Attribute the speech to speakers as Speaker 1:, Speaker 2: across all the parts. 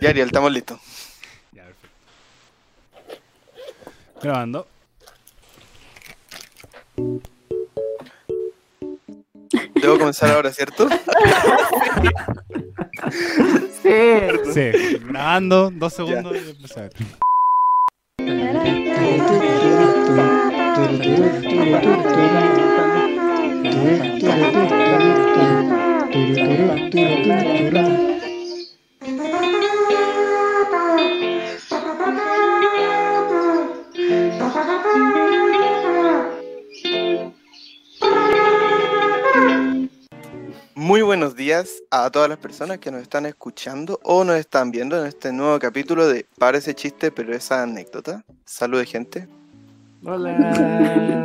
Speaker 1: Ya, Ariel, estamos listos.
Speaker 2: Ya, perfecto. Grabando.
Speaker 1: Debo comenzar ahora, ¿cierto?
Speaker 3: Sí.
Speaker 2: Sí, grabando, dos segundos y empezar.
Speaker 1: Muy buenos días a todas las personas que nos están escuchando o nos están viendo en este nuevo capítulo de Parece chiste, pero es anécdota. Salud, gente.
Speaker 3: Hola.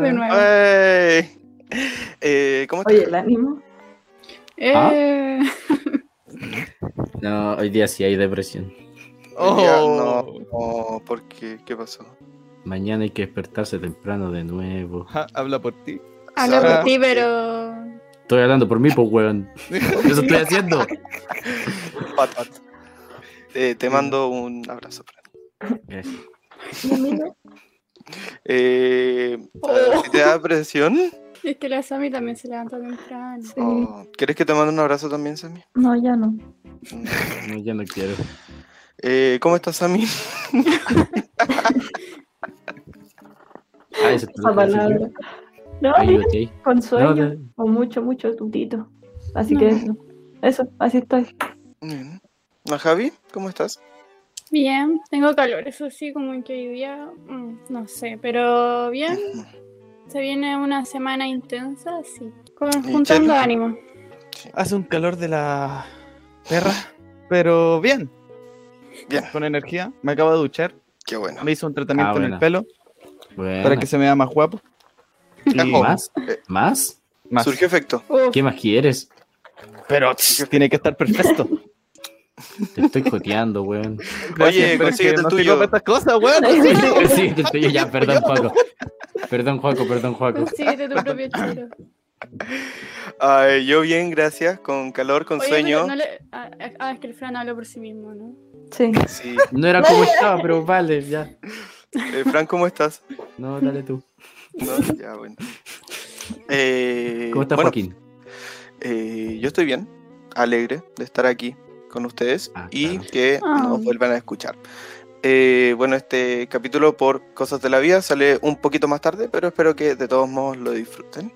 Speaker 4: De nuevo.
Speaker 1: ¡Ey! Eh, ¿Cómo estás?
Speaker 5: Oye, Ah. el ánimo.
Speaker 1: Ah.
Speaker 4: Eh,
Speaker 6: No, hoy día sí hay depresión.
Speaker 1: Hoy día
Speaker 2: Oh.
Speaker 1: No, no, ¿por qué? ¿Qué pasó?
Speaker 6: Mañana hay que despertarse temprano de nuevo.
Speaker 7: Ja, Habla por ti.
Speaker 4: habla
Speaker 1: Sara.
Speaker 4: por ti, pero.
Speaker 6: Estoy hablando por mí, pues, weón. Eso estoy haciendo.
Speaker 1: Pat, pat. Eh, te mando un abrazo. Fran.
Speaker 6: Gracias.
Speaker 1: Eh,
Speaker 4: Oh.
Speaker 1: ¿Te da presión?
Speaker 4: Es que la Sami también se levanta temprano.
Speaker 5: Sí.
Speaker 1: Oh, ¿Quieres que te mande un abrazo también, Sammy?
Speaker 5: No, ya no.
Speaker 6: No, ya no quiero.
Speaker 1: Eh, ¿Cómo estás, Sammy?
Speaker 6: Ah, ese
Speaker 5: Esa palabra. No,
Speaker 6: Are you
Speaker 5: mira,
Speaker 6: okay?
Speaker 5: con
Speaker 6: No,
Speaker 5: sueño.
Speaker 6: no.
Speaker 5: Con mucho, mucho tutito. Así
Speaker 4: No.
Speaker 5: que eso. Eso, así estoy.
Speaker 1: Bien. ¿A Javi? ¿Cómo estás?
Speaker 4: Bien, tengo calor, eso sí, como que hoy día. mm, no sé, pero bien. Se viene una semana intensa, así. Con, juntando
Speaker 1: Chelo.
Speaker 4: ánimo.
Speaker 7: Hace un calor de la perra, pero bien.
Speaker 1: Bien.
Speaker 7: Con energía. Me acabo de duchar.
Speaker 1: Qué bueno.
Speaker 7: Me hizo un tratamiento
Speaker 6: Ah,
Speaker 7: en
Speaker 6: buena.
Speaker 7: el pelo
Speaker 6: Bueno,
Speaker 7: para que se me vea más guapo. Y
Speaker 1: Ojo.
Speaker 6: ¿Más? ¿Más?
Speaker 7: más.
Speaker 1: Surgió efecto.
Speaker 4: Uf,
Speaker 6: ¿Qué más quieres?
Speaker 7: Pero tss, tiene que estar perfecto.
Speaker 6: Te estoy joteando, weón.
Speaker 1: Oye,
Speaker 7: Gracias, pero es
Speaker 1: consíguete
Speaker 7: que
Speaker 1: el
Speaker 7: no
Speaker 1: tuyo.
Speaker 7: tengo estas cosas, weón.
Speaker 6: Sí, te estoy ya, perdón, Juaco. Perdón, Juaco, perdón, Juaco.
Speaker 4: consíguete tu propio chelo.
Speaker 1: Ay, yo bien, gracias. Con calor, con
Speaker 4: Oye,
Speaker 1: sueño.
Speaker 4: pero no le- ah, ah, es que el Fran habla por sí mismo, ¿no?
Speaker 5: Sí.
Speaker 1: Sí.
Speaker 6: No era como estaba, pero vale, ya.
Speaker 1: Eh, Fran, ¿cómo estás?
Speaker 6: No, dale tú.
Speaker 1: No, ya, bueno. Eh,
Speaker 6: ¿Cómo estás,
Speaker 1: bueno,
Speaker 6: Joaquín?
Speaker 1: eh, yo estoy bien, alegre de estar aquí con ustedes
Speaker 6: Ah,
Speaker 1: y
Speaker 6: claro.
Speaker 1: que
Speaker 4: Ah.
Speaker 1: nos vuelvan a escuchar. Eh, bueno, este capítulo por Cosas de la Vida sale un poquito más tarde, pero espero que de todos modos lo disfruten.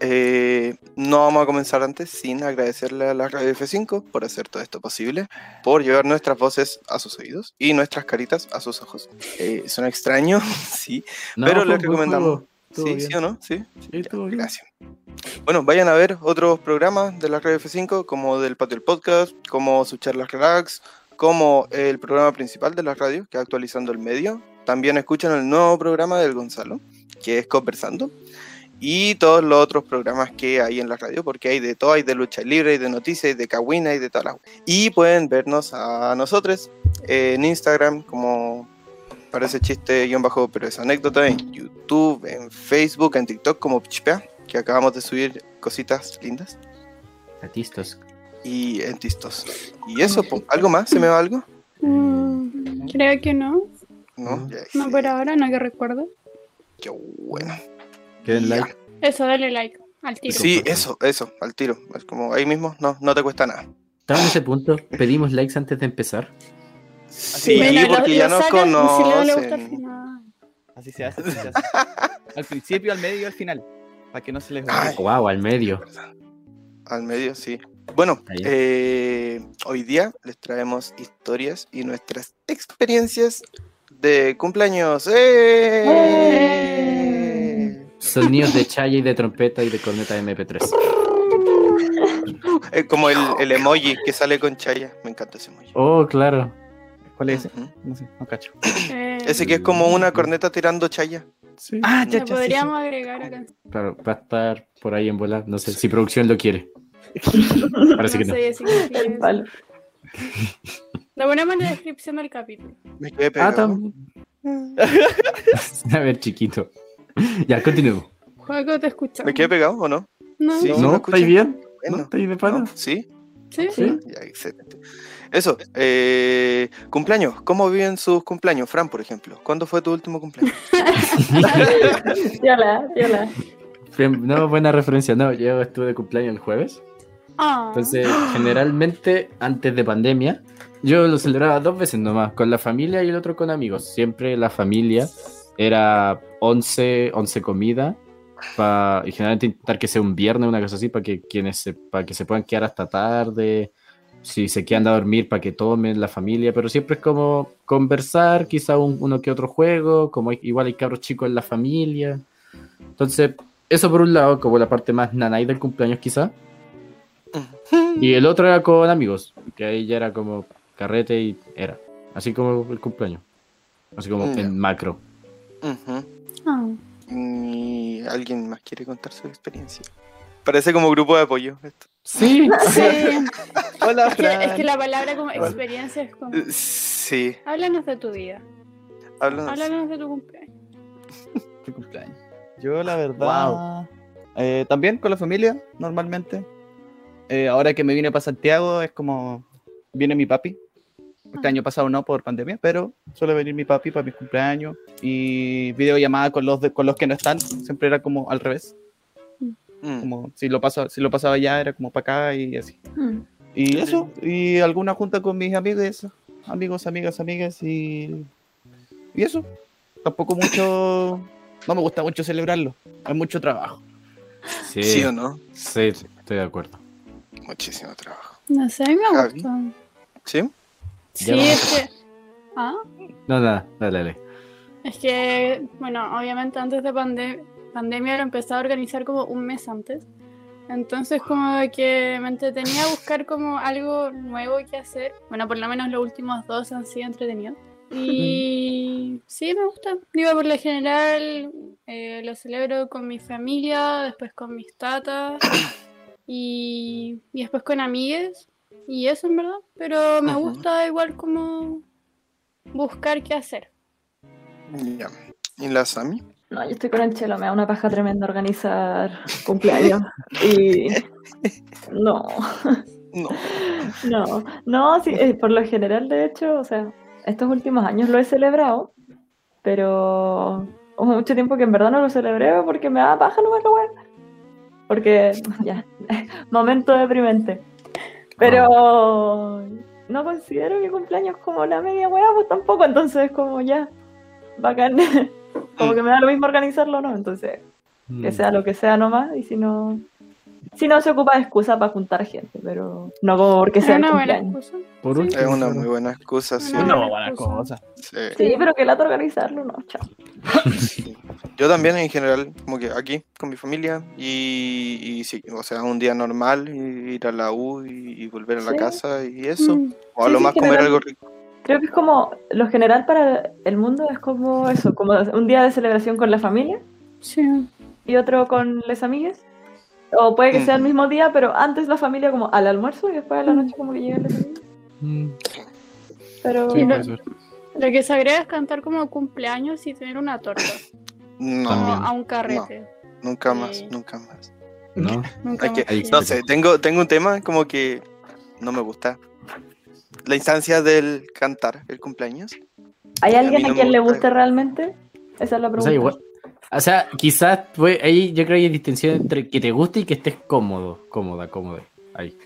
Speaker 1: Eh, no vamos a comenzar antes sin agradecerle a la Radio F5 por hacer todo esto posible, por llevar nuestras voces a sus oídos y nuestras caritas a sus ojos. Eh, suena extraño, sí,
Speaker 6: No,
Speaker 1: pero
Speaker 6: fue
Speaker 1: les
Speaker 6: un buen
Speaker 1: recomendamos.
Speaker 6: juego. Estuvo
Speaker 1: sí,
Speaker 6: bien.
Speaker 1: sí o no, sí.
Speaker 6: Sí, estuvo bien.
Speaker 1: Gracias. Bueno, vayan a ver otros programas de la Radio F5, como del Patio del Podcast, como sus charlas relax, como el programa principal de la radio, que es actualizando el medio. También escuchan el nuevo programa del Gonzalo, que es Conversando. Y todos los otros programas que hay en la radio, porque hay de todo, hay de lucha libre, hay de noticias, hay de Kawina, hay de todas las... Y pueden vernos a nosotros en Instagram como parece chiste guión bajo, pero es anécdota en YouTube, en Facebook, en TikTok como Pichpea, que acabamos de subir cositas lindas
Speaker 6: Artistas.
Speaker 1: y en Tistos. Y eso, po. ¿algo más? ¿Se me va algo?
Speaker 4: Mm, creo que no.
Speaker 1: No,
Speaker 6: No.
Speaker 1: ya dije.
Speaker 4: No por ahora, no que recuerdo.
Speaker 1: Qué bueno.
Speaker 6: Que den
Speaker 1: Ya.
Speaker 6: like.
Speaker 4: Eso, dale like al tiro.
Speaker 1: Sí,
Speaker 6: compartan.
Speaker 1: eso, eso, al tiro. Es como ahí mismo, no, no te cuesta nada.
Speaker 6: Estamos en ese punto. Pedimos likes antes de empezar.
Speaker 1: Sí,
Speaker 4: Bueno, lo-
Speaker 1: porque
Speaker 4: lo
Speaker 1: ya nos
Speaker 4: sacan, si le va a gustar al
Speaker 1: conocen.
Speaker 4: final.
Speaker 7: Así se hace, así se hace. Al principio, al medio y al final. Para que no se les
Speaker 1: Ay.
Speaker 7: olvide.
Speaker 6: Wow, al medio.
Speaker 1: Al medio, sí. Bueno,
Speaker 6: Ahí.
Speaker 1: eh, hoy día les traemos historias y nuestras experiencias de cumpleaños. ¡Eh!
Speaker 6: Sonidos de chaya y de trompeta y de corneta de MP3.
Speaker 1: Eh, como el, el emoji que sale con Chaya. Me encanta ese emoji.
Speaker 6: Oh, claro.
Speaker 7: ¿Cuál es ese?
Speaker 1: Ujú.
Speaker 7: No sé, no cacho.
Speaker 4: Eh,
Speaker 1: Ese que es como una corneta tirando Chaya.
Speaker 6: Sí.
Speaker 7: Ah,
Speaker 4: le podríamos agregar acá.
Speaker 6: Claro, va a estar por ahí en volar. No sé si producción lo quiere. Parece que
Speaker 4: no
Speaker 6: no.
Speaker 4: sé si quieres.
Speaker 5: El palo.
Speaker 4: Lo ponemos en la descripción del capítulo.
Speaker 1: Me quedé
Speaker 6: Ah,
Speaker 1: pegado.
Speaker 6: también.
Speaker 4: Mm.
Speaker 6: A ver, chiquito. Ya, continuemos.
Speaker 4: Juego te escucha.
Speaker 1: ¿Me quedé pegado o no?
Speaker 4: No,
Speaker 1: Sí.
Speaker 4: sí.
Speaker 1: ¿No
Speaker 6: ¿No?
Speaker 1: escuchan?
Speaker 6: ¿Estáis bien? ¿No
Speaker 1: Bueno,
Speaker 6: estáis de
Speaker 1: ¿no?
Speaker 6: pana?
Speaker 1: ¿Sí?
Speaker 5: Sí.
Speaker 1: Ya, excelente. Eso, eh, cumpleaños. ¿Cómo viven sus cumpleaños? Fran, por ejemplo. ¿Cuándo fue tu último cumpleaños?
Speaker 5: Viola, viola.
Speaker 6: Bien, No, buena referencia. No, yo estuve de cumpleaños el jueves.
Speaker 4: Ah,
Speaker 6: Entonces, generalmente, antes de pandemia, yo lo celebraba dos veces nomás, con la familia y el otro con amigos. Siempre la familia era 11, 11 comida, pa- y generalmente intentar que sea un viernes, una cosa así, para que quienes se, para que se puedan quedar hasta tarde, si se quedan a dormir, para que tomen la familia, pero siempre es como conversar, quizá un- uno que otro juego, como hay- igual hay cabros chicos en la familia. Entonces, eso por un lado, como la parte más nanay del cumpleaños quizá. Y el otro era con amigos, que ahí ya era como carrete y era. Así como el cumpleaños. Así como
Speaker 1: Mm, Ya.
Speaker 6: en macro.
Speaker 1: Ujú.
Speaker 4: ah.
Speaker 1: ¿Y ¿Alguien más quiere contar su experiencia? Parece como grupo de apoyo esto.
Speaker 6: Sí,
Speaker 4: Sí, es
Speaker 7: Hola,
Speaker 4: que,
Speaker 7: Fran.
Speaker 4: es que la palabra como experiencia es como...
Speaker 1: Eh, Sí,
Speaker 4: Háblanos de tu vida,
Speaker 1: háblanos.
Speaker 4: háblanos de tu cumpleaños.
Speaker 7: Tu cumpleaños. Yo, la verdad. eh, También con la familia, normalmente. Eh, ahora que me vine para Santiago, es como. Viene mi papi. Este
Speaker 4: Ah.
Speaker 7: año pasado no por pandemia, pero suele venir mi papi para mis cumpleaños. Y videollamada con los, de- con los que no están. Siempre era como al revés.
Speaker 1: Mm.
Speaker 7: Como si lo, pasaba, si lo pasaba allá, era como para acá y así.
Speaker 5: Mm.
Speaker 7: Y eso. Y alguna junta con mis amigos. Amigos, amigas, amigas. Y. Y eso. Tampoco mucho. No me gusta mucho celebrarlo. Es mucho trabajo.
Speaker 6: sí,
Speaker 1: ¿Sí o no?
Speaker 6: sí, sí, estoy de acuerdo.
Speaker 1: Muchísimo trabajo.
Speaker 4: No sé, a mí me
Speaker 1: Javi.
Speaker 4: gustó.
Speaker 1: ¿Sí?
Speaker 4: Sí,
Speaker 6: vamos.
Speaker 4: es que... Ah,
Speaker 6: No, nada, dale, dale.
Speaker 4: es que, bueno, obviamente antes de pande- pandemia lo empecé a organizar como un mes antes. Entonces como de que me entretenía a buscar como algo nuevo que hacer. Bueno, por lo menos los últimos dos han sido entretenidos. Y sí, me gusta. Digo, por lo general eh, lo celebro con mi familia, después con mis tatas y, y después con amigues. Y eso en verdad. Pero me
Speaker 1: Ajá.
Speaker 4: gusta igual como buscar qué hacer.
Speaker 1: Ya. ¿Y la Sami?
Speaker 5: No, yo estoy con el chelo, me da una paja tremenda organizar cumpleaños. Y. No,
Speaker 1: No.
Speaker 5: no, no, sí, eh, por lo general, de hecho, o sea, estos últimos años lo he celebrado, pero hubo mucho tiempo que en verdad no lo celebré porque me daba paja nomás la wea. Porque, ya, momento deprimente. Pero no considero mi cumpleaños como la media wea, pues tampoco, entonces, como ya, bacán. Como que me da lo mismo organizarlo, ¿no? Entonces,
Speaker 1: Mm.
Speaker 5: que sea lo que sea nomás, y si no. Si no se ocupa de excusa para juntar gente, pero no como porque
Speaker 4: Es
Speaker 5: sea el
Speaker 4: una buena
Speaker 5: cumpleaños.
Speaker 4: excusa.
Speaker 6: Mm, Por
Speaker 1: Es
Speaker 6: último,
Speaker 1: una muy buena excusa, sí.
Speaker 4: Una
Speaker 7: No,
Speaker 4: buena
Speaker 7: buena
Speaker 4: cosa.
Speaker 7: cosa.
Speaker 1: Sí.
Speaker 5: Sí, pero que lata organizarlo, no, chao.
Speaker 1: Yo también en general, como que aquí con mi familia y, y sí, o sea, un día normal, y ir a la U y, y volver a la
Speaker 5: Sí.
Speaker 1: casa y eso.
Speaker 4: Mm.
Speaker 1: O a
Speaker 5: Sí,
Speaker 1: lo
Speaker 5: sí,
Speaker 1: más comer
Speaker 5: general.
Speaker 1: algo rico.
Speaker 5: Creo que es como, lo general para el mundo es como eso, como un día de celebración con la familia
Speaker 4: Sí.
Speaker 5: y otro con las amigas. O puede que sea el
Speaker 1: Ujú.
Speaker 5: mismo día, pero antes la familia como al almuerzo y después a la noche como que llegan las amigas.
Speaker 6: Mm,
Speaker 5: Pero
Speaker 6: sí,
Speaker 4: Y
Speaker 6: puede
Speaker 1: pues,
Speaker 4: lo-
Speaker 6: ser.
Speaker 4: Lo que se agrega es cantar como cumpleaños y tener una torta.
Speaker 1: No,
Speaker 4: como
Speaker 6: También.
Speaker 4: a un carrete.
Speaker 1: nunca más,
Speaker 4: Sí.
Speaker 1: nunca más.
Speaker 6: ¿No?
Speaker 4: Nunca
Speaker 1: Hay que-
Speaker 4: más
Speaker 6: hay
Speaker 4: sí.
Speaker 1: No sé, tengo, tengo un tema como que no me gusta. La instancia del cantar el cumpleaños.
Speaker 5: ¿hay
Speaker 1: a mí
Speaker 5: alguien
Speaker 1: no
Speaker 5: a
Speaker 1: me
Speaker 5: quien le
Speaker 1: gusta.
Speaker 5: guste realmente? Esa es la
Speaker 6: O
Speaker 5: pregunta.
Speaker 6: sea, igual- o sea, quizás pues, ahí yo creo que hay distinción entre que te guste y que estés cómodo, cómoda, cómoda. Ahí.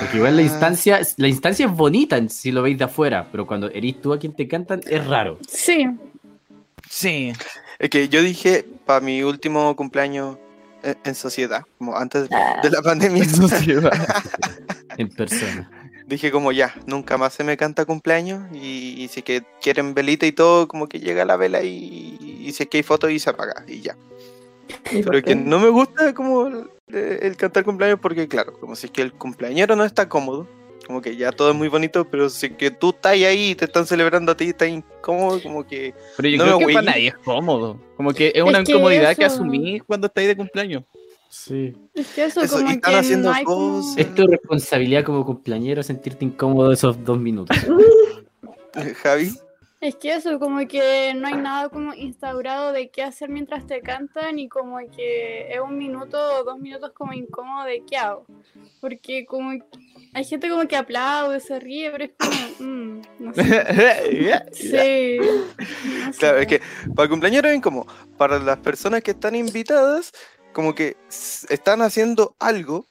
Speaker 6: Porque igual la
Speaker 1: Ah.
Speaker 6: instancia, la instancia es bonita en- si lo veis de afuera, pero cuando eres tú a quien te cantan es raro.
Speaker 4: Sí,
Speaker 7: Sí.
Speaker 1: Es que yo dije para mi último cumpleaños en, en sociedad, como antes
Speaker 5: Ah.
Speaker 1: de la pandemia.
Speaker 6: En persona.
Speaker 1: dije como ya, nunca más se me canta cumpleaños y, y si que quieren velita y todo, como que llega la vela y, y si es que hay fotos y se apaga y ya.
Speaker 5: ¿Y por
Speaker 1: Pero que
Speaker 5: qué?
Speaker 1: no me gusta como el, eh, el cantar cumpleaños porque claro, como si es que el cumpleañero no está cómodo, como que ya todo es muy bonito, pero si que tú estás ahí y te están celebrando a ti, está incómodo, como que...
Speaker 7: Pero yo
Speaker 1: No
Speaker 7: creo
Speaker 1: me
Speaker 7: que
Speaker 1: voy.
Speaker 7: para nadie es cómodo. Como que es una
Speaker 4: Es que
Speaker 7: incomodidad que
Speaker 4: eso.
Speaker 7: asumís cuando estáis de cumpleaños.
Speaker 6: Sí.
Speaker 4: es que eso,
Speaker 1: Eso,
Speaker 4: como
Speaker 1: y están
Speaker 4: que
Speaker 1: haciendo
Speaker 4: no hay como-
Speaker 1: cosas.
Speaker 6: Es tu responsabilidad como cumpleañero sentirte incómodo esos dos minutos.
Speaker 1: Javi,
Speaker 4: Es que eso, como que no hay nada como instaurado de qué hacer mientras te cantan y como que es un minuto o dos minutos como incómodo de qué hago. Porque como que- hay gente como que aplaude, se ríe, pero es como, mm, no sé.
Speaker 7: Eh,
Speaker 4: Sí. no sé.
Speaker 1: Claro, es que para el cumpleañero es como, para las personas que están invitadas, como que s- están haciendo algo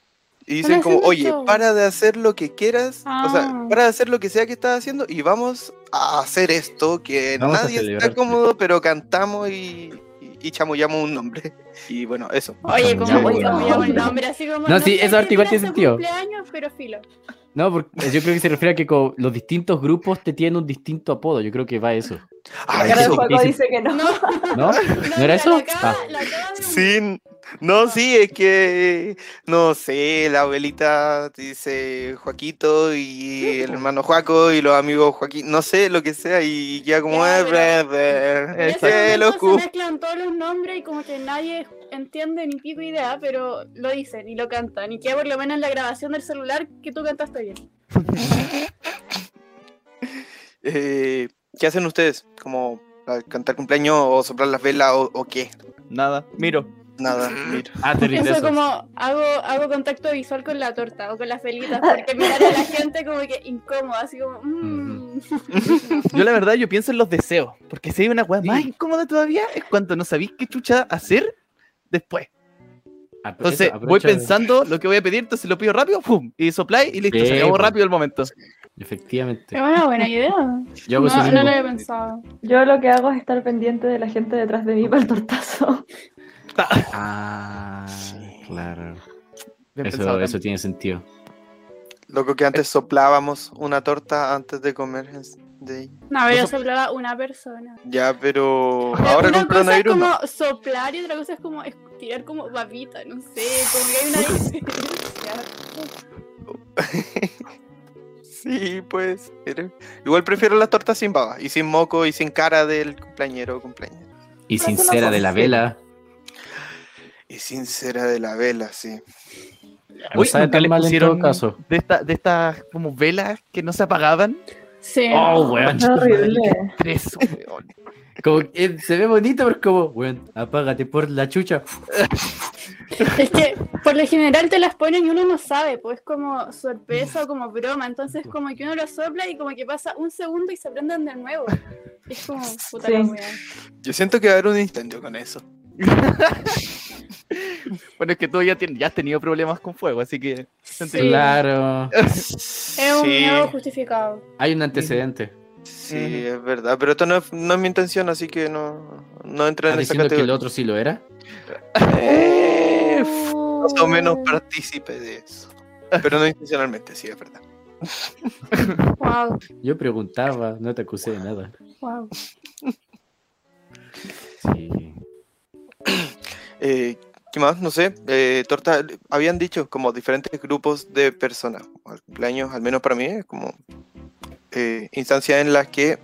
Speaker 1: y
Speaker 4: Están
Speaker 1: dicen como,
Speaker 4: haciendo
Speaker 1: oye,
Speaker 4: show".
Speaker 1: para de hacer lo que quieras, o sea,
Speaker 4: Ah.
Speaker 1: para de hacer lo que sea que estás haciendo y vamos a hacer esto que
Speaker 6: Vamos a
Speaker 1: nadie está
Speaker 6: celebrar.
Speaker 1: cómodo, pero cantamos y, y, y chamullamos un nombre. Y bueno, eso.
Speaker 4: Oye, como
Speaker 6: Ya,
Speaker 4: que
Speaker 6: bueno.
Speaker 4: cambiamos el nombre, así como.
Speaker 6: No, sí,
Speaker 4: sé
Speaker 6: eso
Speaker 4: qué
Speaker 6: ahorita igual tiene
Speaker 4: plaza
Speaker 6: sentido.
Speaker 4: cumpleaños, pero filo.
Speaker 6: No, porque yo creo que se refiere a que como los distintos grupos te tienen un distinto apodo. Yo creo que va a eso.
Speaker 1: Ah,
Speaker 5: Cara de
Speaker 1: eso.
Speaker 6: Juan.
Speaker 5: Juego
Speaker 6: dice-
Speaker 5: dice que no.
Speaker 4: No, no,
Speaker 6: ¿No? ¿No era
Speaker 4: mira,
Speaker 6: eso?
Speaker 4: la acaba-
Speaker 6: Ah.
Speaker 4: la acaba de
Speaker 1: Sí, n- no, sí, es que, no sé, la abuelita dice Joaquito y el hermano Joaco y los amigos Joaquín, no sé, lo que sea, y ya como "Eh,
Speaker 4: Ya,
Speaker 1: es,
Speaker 4: pero- En
Speaker 1: es
Speaker 4: ese
Speaker 1: que lo
Speaker 4: momento
Speaker 1: ocu-
Speaker 4: se mezclan todos los nombres y como que nadie entiende ni pico idea, pero lo dicen y lo cantan. Y queda por lo menos en la grabación del celular que tú cantaste bien.
Speaker 1: Eh, ¿Qué hacen ustedes? ¿Como a cantar cumpleaños o soplar las velas o, o qué?
Speaker 7: Nada, miro.
Speaker 1: Nada, mira.
Speaker 6: Ah, te
Speaker 4: Eso
Speaker 6: rindes.
Speaker 4: como hago, hago contacto visual con la torta o con las velitas, porque mirar a la gente como que incómoda, así como... mm.
Speaker 7: Yo la verdad, yo pienso en los deseos. Porque si hay una weá más incómoda todavía es cuando no sabéis qué chucha hacer después.
Speaker 6: Ah, pero
Speaker 7: Entonces,
Speaker 6: eso,
Speaker 7: voy
Speaker 6: aprovecha de-
Speaker 7: pensando lo que voy a pedir, entonces lo pido rápido, ¡pum! Y supply y listo,
Speaker 6: Sí,
Speaker 7: se acabó
Speaker 6: po.
Speaker 7: rápido el momento.
Speaker 6: Efectivamente.
Speaker 4: Es una buena idea.
Speaker 6: Yo
Speaker 4: No,
Speaker 6: hago eso
Speaker 4: no
Speaker 6: mismo.
Speaker 4: lo había pensado.
Speaker 5: Yo lo que hago es estar pendiente de la gente detrás de mí para el tortazo.
Speaker 6: Ah, claro.
Speaker 7: Bien pensado
Speaker 6: Eso,
Speaker 7: también.
Speaker 6: eso tiene sentido.
Speaker 1: Loco que antes soplábamos una torta antes de comer. es- de-
Speaker 4: No, había soplado una persona.
Speaker 1: Ya, pero
Speaker 4: Pero
Speaker 1: ahora
Speaker 4: una
Speaker 1: con
Speaker 4: cosa es
Speaker 1: coronavirus no.
Speaker 4: como soplar y otra cosa es como es- tirar como babita, no sé, como que hay una diferencia.
Speaker 1: Sí, pues. pero- Igual prefiero las tortas sin baba y sin moco y sin cara del cumpleañero o cumpleañera.
Speaker 6: Y
Speaker 5: Pero eso no
Speaker 6: sincera de la
Speaker 5: funciona.
Speaker 6: vela.
Speaker 1: Y sin cera de la vela, sí.
Speaker 6: No
Speaker 7: Uy,
Speaker 6: sabe
Speaker 7: nunca
Speaker 6: tan
Speaker 7: le
Speaker 6: mal en
Speaker 7: pusieron
Speaker 6: todo caso.
Speaker 7: De, esta- de estas como velas que no se apagaban.
Speaker 4: Sí.
Speaker 6: Oh, weón.
Speaker 5: Es horrible.
Speaker 7: Tres, weón.
Speaker 6: Como que, eh, se ve bonito, pero es como, weón, apágate por la chucha.
Speaker 4: Es que por lo general te las ponen y uno no sabe, pues como sorpresa o como broma. Entonces como que uno lo sopla y como que pasa un segundo y se prenden de nuevo. Es como puta la
Speaker 5: Sí.
Speaker 4: wea.
Speaker 1: Yo siento que va a haber un incendio con eso.
Speaker 7: Bueno, es que tú ya, tienes, ya has tenido problemas con fuego, así que.
Speaker 4: Sí,
Speaker 6: Claro.
Speaker 4: Es un
Speaker 1: sí,
Speaker 4: miedo justificado.
Speaker 6: Hay un antecedente.
Speaker 1: sí, es verdad. Pero esto no es, no es mi intención, así que no, no entra
Speaker 6: ¿Estás
Speaker 1: en esa
Speaker 6: diciendo que el
Speaker 1: categoría.
Speaker 6: otro sí lo era?
Speaker 1: Eh,
Speaker 4: Uh.
Speaker 1: más o menos partícipe de eso. Pero no intencionalmente, sí, es verdad.
Speaker 4: Wow,
Speaker 6: Yo preguntaba, no te acusé de nada.
Speaker 4: wow.
Speaker 6: Sí.
Speaker 1: Eh, ¿Qué más? No sé. eh, torta, habían dicho como diferentes grupos de personas. Al cumpleaños, al menos para mí, es como eh, instancias en las que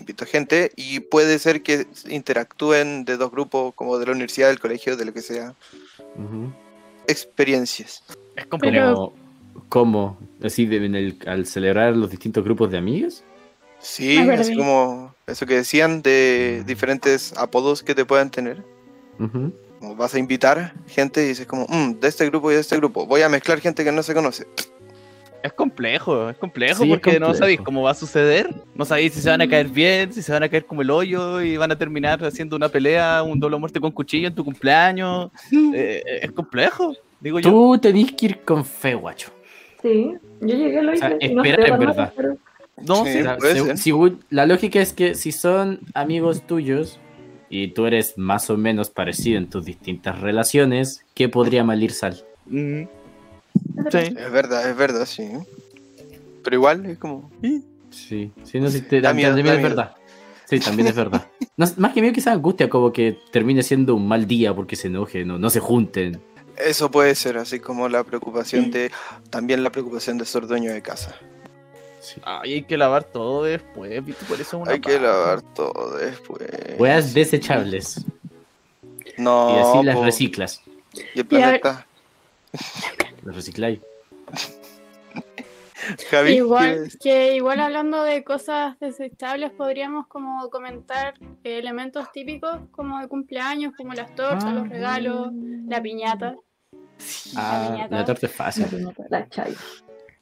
Speaker 1: invito gente y puede ser que interactúen de dos grupos, como de la universidad, del colegio, de lo que sea.
Speaker 6: Ujú.
Speaker 1: Experiencias.
Speaker 7: Es como.
Speaker 4: Pero-
Speaker 6: Como, ¿Cómo? ¿Así de- en el- al celebrar los distintos grupos de amigos?
Speaker 1: Sí,
Speaker 4: Me
Speaker 1: así
Speaker 4: perdí.
Speaker 1: como eso que decían de diferentes apodos que te puedan tener.
Speaker 6: Ujú.
Speaker 1: como vas a invitar gente y dices como, "Mm, de este grupo y de este grupo, voy a mezclar gente que no se conoce.
Speaker 7: Es complejo, es complejo Mm.
Speaker 6: Sí, es
Speaker 7: porque no
Speaker 6: complejo.
Speaker 7: sabéis cómo va a suceder, no sabéis si se van a caer bien, si se van a caer como el hoyo y van a terminar haciendo una pelea, un doble muerte con cuchillo en tu cumpleaños. Eh, eh, es complejo, digo yo.
Speaker 6: Tú tenés que ir con fe, guacho.
Speaker 5: Sí, yo llegué lo
Speaker 6: O
Speaker 5: hice.
Speaker 6: sea,
Speaker 5: y no
Speaker 6: esperar
Speaker 5: estoy tan
Speaker 6: en
Speaker 5: mal,
Speaker 6: verdad.
Speaker 5: pero-
Speaker 7: No,
Speaker 1: Sí.
Speaker 7: sí.
Speaker 6: O sea,
Speaker 1: puede
Speaker 6: seg-
Speaker 1: ser.
Speaker 6: según- la lógica es que si son amigos tuyos y tú eres más o menos parecido en tus distintas relaciones, ¿qué podría mal ir sal?
Speaker 7: Mm. Sí.
Speaker 1: Es verdad, es verdad, sí. Pero igual es como, "Ih".
Speaker 6: Sí, sí, no, sí, te-
Speaker 1: Da miedo,
Speaker 6: también
Speaker 1: da
Speaker 6: es
Speaker 1: miedo.
Speaker 6: verdad. Sí, también es verdad. No, más que miedo que esa angustia, como que termine siendo un mal día porque se enojen o no se junten.
Speaker 1: eso puede ser, así como la preocupación de, también la preocupación de ser dueño de casa.
Speaker 7: Ay, hay que lavar todo después, ¿viste? Por eso es una
Speaker 1: Hay que
Speaker 7: paja.
Speaker 1: lavar todo después.
Speaker 6: Weas desechables. Y
Speaker 1: no,
Speaker 6: así las
Speaker 1: po,
Speaker 6: reciclas.
Speaker 1: y el
Speaker 4: Y a-
Speaker 1: planeta.
Speaker 6: Las recicláis.
Speaker 1: Javi,
Speaker 4: Igual,
Speaker 1: ¿quieres?
Speaker 4: que igual hablando de cosas desechables, podríamos como comentar eh, elementos típicos como de cumpleaños, como las tortas, los regalos, la piñata, la
Speaker 6: Ah,
Speaker 4: piñata.
Speaker 6: la torta es
Speaker 5: La
Speaker 6: fácil.
Speaker 5: piñata, la chaya.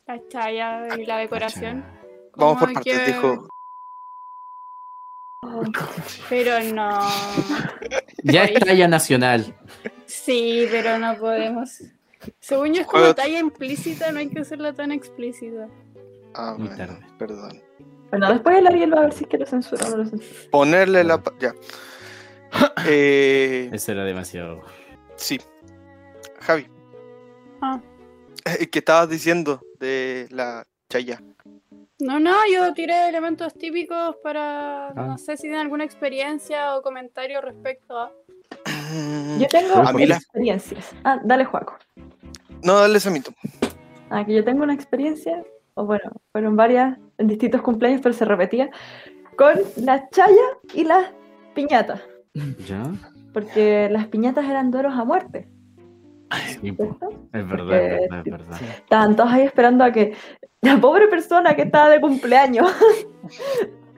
Speaker 4: la chaya y la decoración.
Speaker 1: vamos por
Speaker 4: Como
Speaker 1: partes,
Speaker 4: que-
Speaker 1: dijo.
Speaker 4: Pero no.
Speaker 6: Ya es talla nacional.
Speaker 4: Sí, pero no podemos. Según yo es como
Speaker 1: Juego-
Speaker 4: talla implícita, no hay que hacerla tan explícita.
Speaker 1: Ah,
Speaker 6: Muy
Speaker 1: bueno,
Speaker 6: tarde.
Speaker 1: perdón.
Speaker 5: Bueno, después el Ariel va a ver si es que lo censura o no lo censura.
Speaker 1: Ponerle la. pa- Ya. Eh,
Speaker 6: Eso era demasiado.
Speaker 1: sí. Javi. Eh,
Speaker 4: Ah.
Speaker 1: ¿Qué estabas diciendo de la chaya?
Speaker 4: No, no, yo tiré elementos típicos para.
Speaker 6: Ah.
Speaker 4: No sé si tienen alguna experiencia o comentario respecto a.
Speaker 6: Mm.
Speaker 5: Yo tengo
Speaker 1: A mí la-
Speaker 5: experiencias. Ah, dale, Juaco.
Speaker 1: No, dale samito.
Speaker 5: Ah, que yo tengo una experiencia, o bueno, fueron varias en distintos cumpleaños, pero se repetía, con la chaya y las piñatas.
Speaker 6: ¿Ya?
Speaker 5: Porque las piñatas eran duelos a muerte.
Speaker 6: Sí, po.
Speaker 5: ¿cierto?
Speaker 6: es verdad,
Speaker 5: Porque-
Speaker 6: es verdad, es verdad.
Speaker 5: Estaban todos ahí esperando a que la pobre persona que estaba de cumpleaños,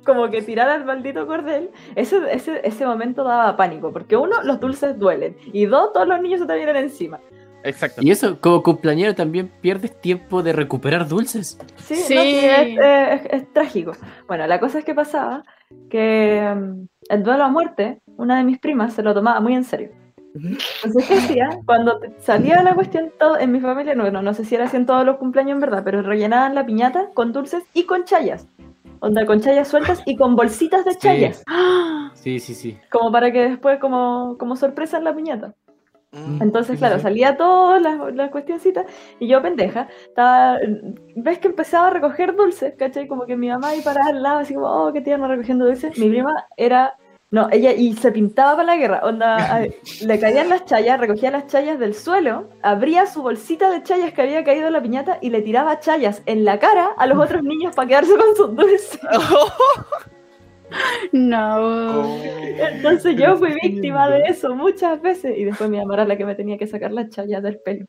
Speaker 5: como que tirara el maldito cordel. Ese, ese, ese momento daba pánico, porque uno, los dulces duelen, y dos, todos los niños se te vienen encima.
Speaker 7: Exacto.
Speaker 6: Y eso, como cumpleañero también pierdes tiempo de recuperar dulces.
Speaker 5: Sí,
Speaker 4: Sí.
Speaker 5: no, sí, es, eh, es- es trágico. Bueno, la cosa es que pasaba que mm, el duelo a muerte, una de mis primas se lo tomaba muy en serio. Entonces, ¿qué hacía? Cuando te- salía la cuestión, todo, en mi familia, no, no, no sé si era así en todos los cumpleaños en verdad, pero rellenaban la piñata con dulces y con chayas. Onda, con chayas sueltas y con bolsitas de chayas,
Speaker 6: Sí, sí, sí.
Speaker 5: como para que después, como, como sorpresa en la piñata.
Speaker 1: Mm,
Speaker 5: Entonces,
Speaker 6: Sí,
Speaker 5: claro,
Speaker 6: sí.
Speaker 5: salía todas las, las cuestioncitas y yo, pendeja, estaba, ves que empezaba a recoger dulces, ¿cachai? Como que mi mamá ahí parada al lado, así como, oh, qué tierna recogiendo dulces. Mi prima era, no, ella, y se pintaba para la guerra, onda, ay, le caían las chayas, recogía las chayas del suelo, abría su bolsita de chayas que había caído en la piñata y le tiraba chayas en la cara a los otros niños para quedarse con sus dulces.
Speaker 4: No.
Speaker 5: Entonces yo fui víctima de eso muchas veces y después mi mamá era la que me tenía que sacar las chayas del pelo.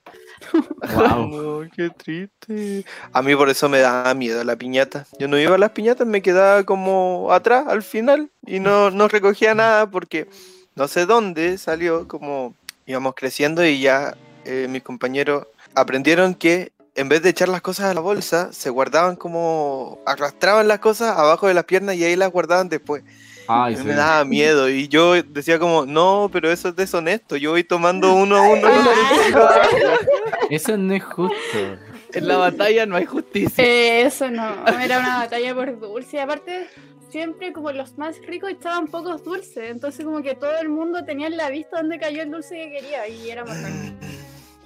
Speaker 6: Wow.
Speaker 1: No, qué triste. A mí por eso me daba miedo la piñata. Yo no iba a las piñatas, me quedaba como atrás al final y no, no recogía nada porque no sé dónde salió, como íbamos creciendo y ya eh, mis compañeros aprendieron que en vez de echar las cosas a la bolsa, se guardaban como arrastraban las cosas abajo de las piernas y ahí las guardaban después.
Speaker 6: Ay,
Speaker 1: A mí
Speaker 6: sí.
Speaker 1: me daba miedo y yo decía como, no, pero eso es deshonesto, yo voy tomando uno a uno. uno a uno".
Speaker 6: Eso no es justo.
Speaker 7: En la batalla no hay justicia.
Speaker 4: Eh, eso no, era una batalla por dulce. Y aparte, siempre como los más ricos echaban pocos dulces. Entonces, como que todo el mundo tenía en la vista dónde cayó el dulce que quería. Y era bacán.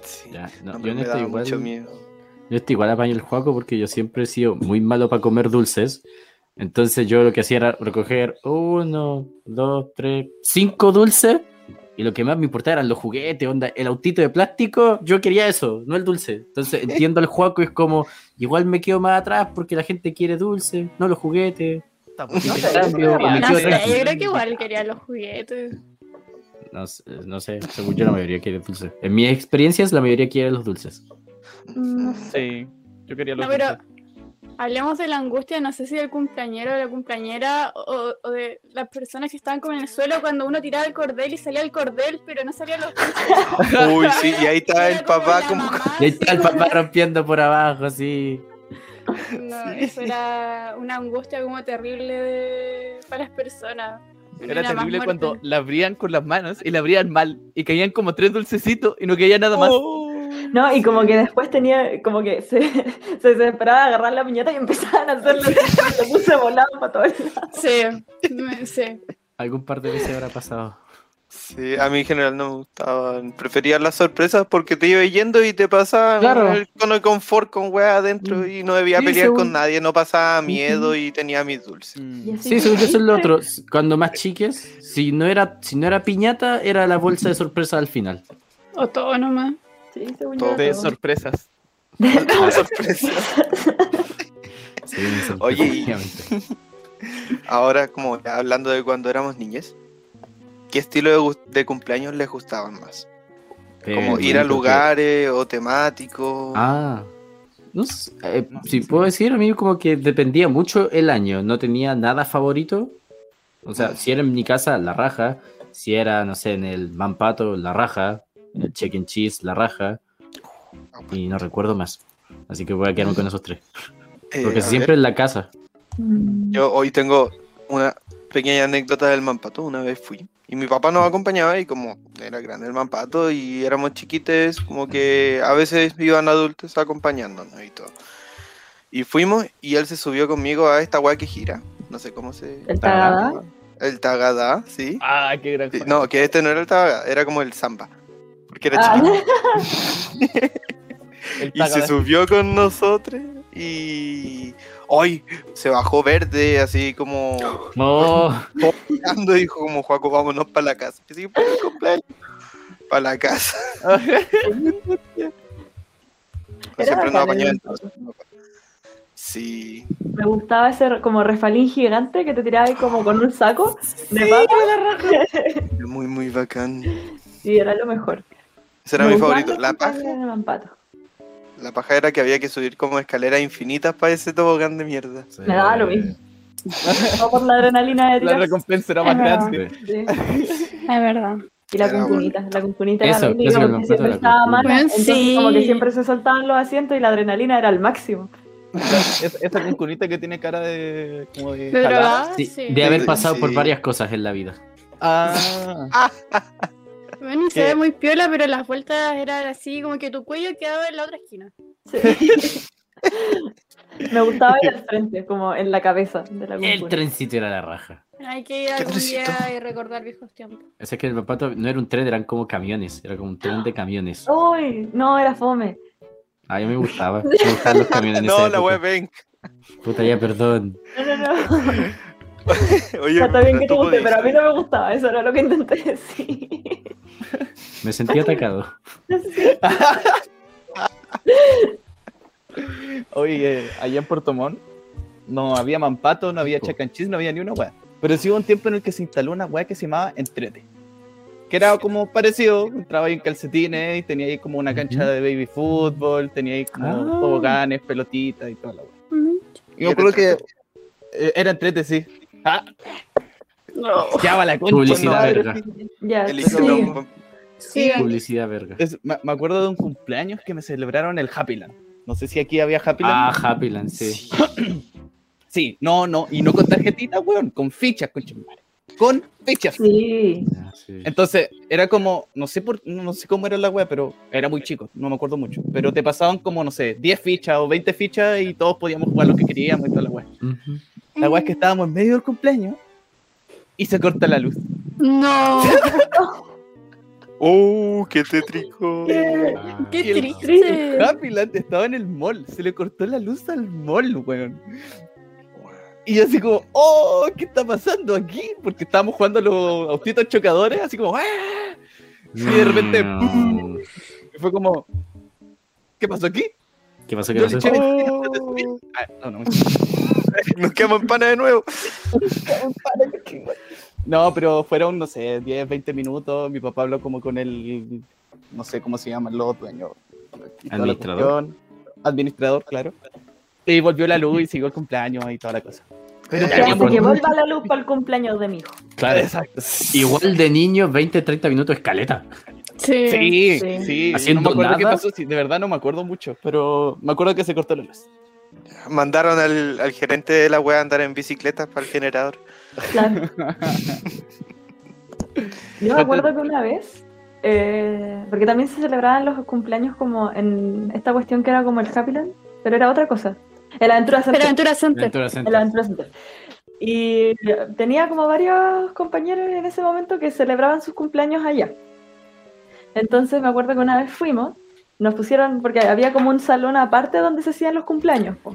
Speaker 1: Sí.
Speaker 6: Ya,
Speaker 1: No,
Speaker 6: no, yo
Speaker 1: pero
Speaker 6: en
Speaker 1: me
Speaker 6: esta
Speaker 1: daba
Speaker 6: igual,
Speaker 1: mucho
Speaker 6: yo
Speaker 1: miedo.
Speaker 6: en esta igual apaño el juego porque yo siempre he sido muy malo para comer dulces. Entonces yo lo que hacía era recoger uno, dos, tres, cinco dulces. Y lo que más me importaba eran los juguetes, onda, el autito de plástico. Yo quería eso, no el dulce. Entonces entiendo el juego es como, igual me quedo más atrás porque la gente quiere dulce, no los juguetes.
Speaker 5: No sé, yo creo
Speaker 6: Cambio,
Speaker 5: que
Speaker 1: Ah,
Speaker 6: me
Speaker 4: No
Speaker 6: quedo
Speaker 4: sé,
Speaker 6: tranquilo.
Speaker 4: yo creo que igual querían los juguetes.
Speaker 6: No, sé- no sé, según yo la mayoría quiere dulces. En mis experiencias la mayoría quiere los dulces.
Speaker 5: No
Speaker 7: Sí. Yo quería los
Speaker 4: No, pero
Speaker 7: dulces.
Speaker 4: hablemos de la angustia, no sé si del cumpleañero o la cumpleañera o, o de las personas que estaban como en el suelo cuando uno tiraba el cordel y salía el cordel, pero no salía los
Speaker 1: Uy, sí, y ahí está
Speaker 4: Era
Speaker 1: el papá
Speaker 4: la
Speaker 1: como...
Speaker 4: mamá,
Speaker 6: Y
Speaker 4: Ah,
Speaker 6: ahí
Speaker 4: sí,
Speaker 6: está el
Speaker 4: como-
Speaker 6: papá rompiendo por abajo, así.
Speaker 4: No, eso era una angustia como terrible de- para las personas.
Speaker 7: Era
Speaker 4: más
Speaker 7: terrible
Speaker 4: muerte.
Speaker 7: cuando la abrían con las manos y la abrían mal y caían como tres dulcecitos y no caía nada más.
Speaker 5: No, y como que después tenía, como que se, se desesperaba de agarrar la piñata y empezaban a hacerle se puse volado para todo el lado.
Speaker 4: Sí, me- sí.
Speaker 6: Algún par de veces habrá pasado.
Speaker 1: Sí, a mí en general no me gustaban. Prefería las sorpresas porque te iba yendo y te pasaban
Speaker 6: Claro. Mm.
Speaker 1: el cono de confort con weá adentro y no debía
Speaker 6: Sí,
Speaker 1: pelear con
Speaker 6: según-
Speaker 1: nadie, no pasaba miedo y tenía mis dulces.
Speaker 7: Mm.
Speaker 5: Y así
Speaker 6: Sí, según yo eso es lo otro. Cuando más chiques, si no era, si no era piñata, era la bolsa de sorpresa al final.
Speaker 4: Autónoma.
Speaker 5: Sí, según
Speaker 1: Todo
Speaker 5: yo.
Speaker 7: De
Speaker 5: no.
Speaker 7: sorpresas.
Speaker 1: Las sorpresas.
Speaker 6: Sí, sorpresa,
Speaker 1: Oye, y-
Speaker 6: efectivamente.
Speaker 1: Ahora, como ya hablando de cuando éramos niñas, ¿qué estilo de, gus- de cumpleaños les gustaban más?
Speaker 6: Eh,
Speaker 1: Como ir a
Speaker 6: yo creo que-
Speaker 1: lugares o temáticos.
Speaker 6: Ah, No sé, eh,
Speaker 7: No sé,
Speaker 6: si
Speaker 7: sí.
Speaker 6: puedo decir, a mí como que dependía mucho el año. No tenía nada favorito. O sea, si era en mi casa, la raja. Si era, no sé, en el Mampato, la raja. En el Check and Cheese, la raja. Y no recuerdo más. Así que voy a quedarme con esos tres.
Speaker 1: Eh,
Speaker 6: Porque
Speaker 1: a
Speaker 6: siempre
Speaker 1: ver,
Speaker 6: en la casa.
Speaker 5: Mm.
Speaker 1: yo hoy tengo una pequeña anécdota del mampato. Una vez fui y mi papá nos acompañaba y como era grande el mampato y éramos chiquites, como que a veces iban adultos acompañándonos y todo. Y fuimos y él se subió conmigo a esta weá que gira. No sé cómo se...
Speaker 5: El Tagadá.
Speaker 1: El tagadá, sí.
Speaker 7: Ah, qué gran
Speaker 1: Sí,
Speaker 7: juego.
Speaker 1: No, que este no era el tagadá, era como el samba. Porque era
Speaker 5: Ah,
Speaker 1: chiquito.
Speaker 7: El
Speaker 1: Y se
Speaker 7: Tagada.
Speaker 1: subió con nosotros y hoy se bajó verde, así como
Speaker 6: No,
Speaker 1: llorando, y dijo como Juaco, vámonos para la casa. Y así, "Pero el cumpleaños". Para la casa. Siempre nos
Speaker 5: bacán
Speaker 1: apañaba
Speaker 5: el
Speaker 1: en todo. Sí.
Speaker 5: me gustaba ese como refalín gigante que te tiraba ahí como con un saco de papa.
Speaker 1: Muy, muy bacán.
Speaker 5: Sí, era lo mejor.
Speaker 1: Ese era
Speaker 5: Me
Speaker 1: mi
Speaker 5: gustaba
Speaker 1: favorito.
Speaker 5: los
Speaker 1: La
Speaker 5: cumpleaños
Speaker 1: paja,
Speaker 5: de Mampato.
Speaker 1: la paja era que había que subir como escaleras infinitas para ese tobogán de mierda.
Speaker 5: Me daba lo mismo. No por la adrenalina de
Speaker 7: La
Speaker 5: tirar.
Speaker 7: recompensa era más
Speaker 4: Ah.
Speaker 7: grande.
Speaker 5: Sí.
Speaker 4: Es verdad.
Speaker 5: Y la
Speaker 1: Era
Speaker 5: cuncunita, la cuncunita era la
Speaker 6: Eso, eso
Speaker 5: única
Speaker 6: me
Speaker 5: porque
Speaker 6: encanta
Speaker 5: siempre
Speaker 6: la
Speaker 5: estaba
Speaker 6: cuncunita.
Speaker 5: mala,
Speaker 4: Bueno,
Speaker 5: entonces
Speaker 4: sí.
Speaker 5: como que siempre se soltaban los asientos y la adrenalina era al máximo.
Speaker 7: Es- Esa cuncunita que tiene cara de. como de.
Speaker 4: ¿De
Speaker 7: jalada.
Speaker 5: Ah,
Speaker 4: drogada?
Speaker 6: Sí,
Speaker 4: Sí.
Speaker 6: De haber pasado por
Speaker 1: Sí.
Speaker 6: varias cosas en la vida.
Speaker 7: Ah,
Speaker 4: Bueno, se
Speaker 7: que-
Speaker 4: ve muy piola, pero las vueltas eran así, como que tu cuello quedaba en la otra esquina.
Speaker 5: Sí. Me gustaba ir al frente, como en la cabeza de la
Speaker 6: El
Speaker 5: cuncunita.
Speaker 6: trencito era la raja.
Speaker 4: Hay que ir
Speaker 1: Qué
Speaker 4: algún día
Speaker 1: tricito.
Speaker 4: y recordar viejos tiempos.
Speaker 6: O sea que el papato no era un tren, eran como camiones. Era como un tren de camiones.
Speaker 5: ¡Uy! No, era fome.
Speaker 6: A mí me gustaba. Me gustaban los camiones. en esa
Speaker 1: Ah, No, la
Speaker 6: época.
Speaker 1: web, ven.
Speaker 6: Puta, ya, perdón.
Speaker 5: No, no, no.
Speaker 1: Oye,
Speaker 5: Ya está bien que te
Speaker 1: tú
Speaker 5: guste, pero a mí
Speaker 1: podías.
Speaker 5: no me gustaba. Eso era lo que intenté decir.
Speaker 6: Me sentí atacado.
Speaker 7: oye, eh, allá en Puerto Montt no había mampato, no había chacanchis, no había ni una weá. Pero sí hubo un tiempo en el que se instaló una weá que se llamaba Entrete. Que era como parecido, entraba ahí en calcetines y tenía ahí como una cancha de baby fútbol, tenía ahí como
Speaker 6: Ah.
Speaker 7: toboganes, pelotitas y toda la weá.
Speaker 4: Ujú.
Speaker 7: Y yo creo que eh, era Entrete, sí. Ah, ya va la concha,
Speaker 6: Publicidad
Speaker 7: madre.
Speaker 6: verga.
Speaker 5: Ya,
Speaker 1: Elige
Speaker 5: sí.
Speaker 1: un-
Speaker 4: Sí,
Speaker 6: Publicidad verga.
Speaker 7: Es- me, me acuerdo de un cumpleaños que me celebraron el Happyland. No sé si aquí había Happyland.
Speaker 6: Ah, Happyland, sí.
Speaker 7: Sí, no, no, y no con tarjetita, weón, con fichas, con Con fichas.
Speaker 5: Sí.
Speaker 6: Ah, sí.
Speaker 7: Entonces, era como, no sé por, no sé cómo era la weá, pero era muy chico, no me acuerdo mucho. Pero te pasaban como, no sé, 10 fichas o 20 fichas y todos podíamos jugar lo que queríamos y toda la weá.
Speaker 6: Ujú.
Speaker 7: La weá es que
Speaker 4: Mm.
Speaker 7: estábamos en medio del cumpleaños y se corta la luz.
Speaker 4: No.
Speaker 1: Oh, qué tétrico.
Speaker 6: Ah,
Speaker 4: Qué
Speaker 6: sí.
Speaker 4: triste.
Speaker 7: Happyland estaba en el mall, se le cortó la luz al mall, weón. Y yo así como, oh, ¿qué está pasando aquí? Porque estábamos jugando a los autitos chocadores, así como, ¡ah! Y de repente,
Speaker 6: No.
Speaker 7: Y fue como, ¿qué pasó aquí?
Speaker 6: ¿Qué pasó? ¿Qué
Speaker 7: Yo
Speaker 6: pasó?
Speaker 7: escuché Ah, no, no, mentira.
Speaker 1: Nos quedamos en pana de nuevo.
Speaker 7: No, pero fueron, no sé, 10, 20 minutos. Mi papá habló como con el, no sé cómo se llaman los dueños. y toda la
Speaker 6: Administrador.
Speaker 7: cuestión. Administrador, claro. Y volvió la luz y siguió el cumpleaños y toda la cosa.
Speaker 5: Que
Speaker 6: Ya,
Speaker 5: hace
Speaker 6: bueno.
Speaker 5: que vuelva la luz para el cumpleaños de mi hijo.
Speaker 6: Claro.
Speaker 7: Exacto.
Speaker 6: Igual de niño, 20, 30 minutos escaleta.
Speaker 4: Sí.
Speaker 7: Sí,
Speaker 5: Sí.
Speaker 7: sí.
Speaker 6: Haciendo
Speaker 7: no me acuerdo qué
Speaker 6: nada.
Speaker 7: pasó, sí, de verdad no me acuerdo mucho, pero me acuerdo que se cortó la luz.
Speaker 1: Mandaron al, al gerente de la wea a andar en bicicleta para el generador.
Speaker 5: Claro. Yo me acuerdo que una vez, eh, porque también se celebraban los cumpleaños como en esta cuestión que era como el Happyland, pero era otra cosa. El Aventura
Speaker 4: Pero
Speaker 5: Center.
Speaker 4: Aventura Center.
Speaker 6: Aventura
Speaker 5: El
Speaker 6: Center.
Speaker 5: Aventura Center. Y tenía como varios compañeros en ese momento que celebraban sus cumpleaños allá. Entonces me acuerdo que una vez fuimos, nos pusieron, porque había como un salón aparte donde se hacían los cumpleaños. po.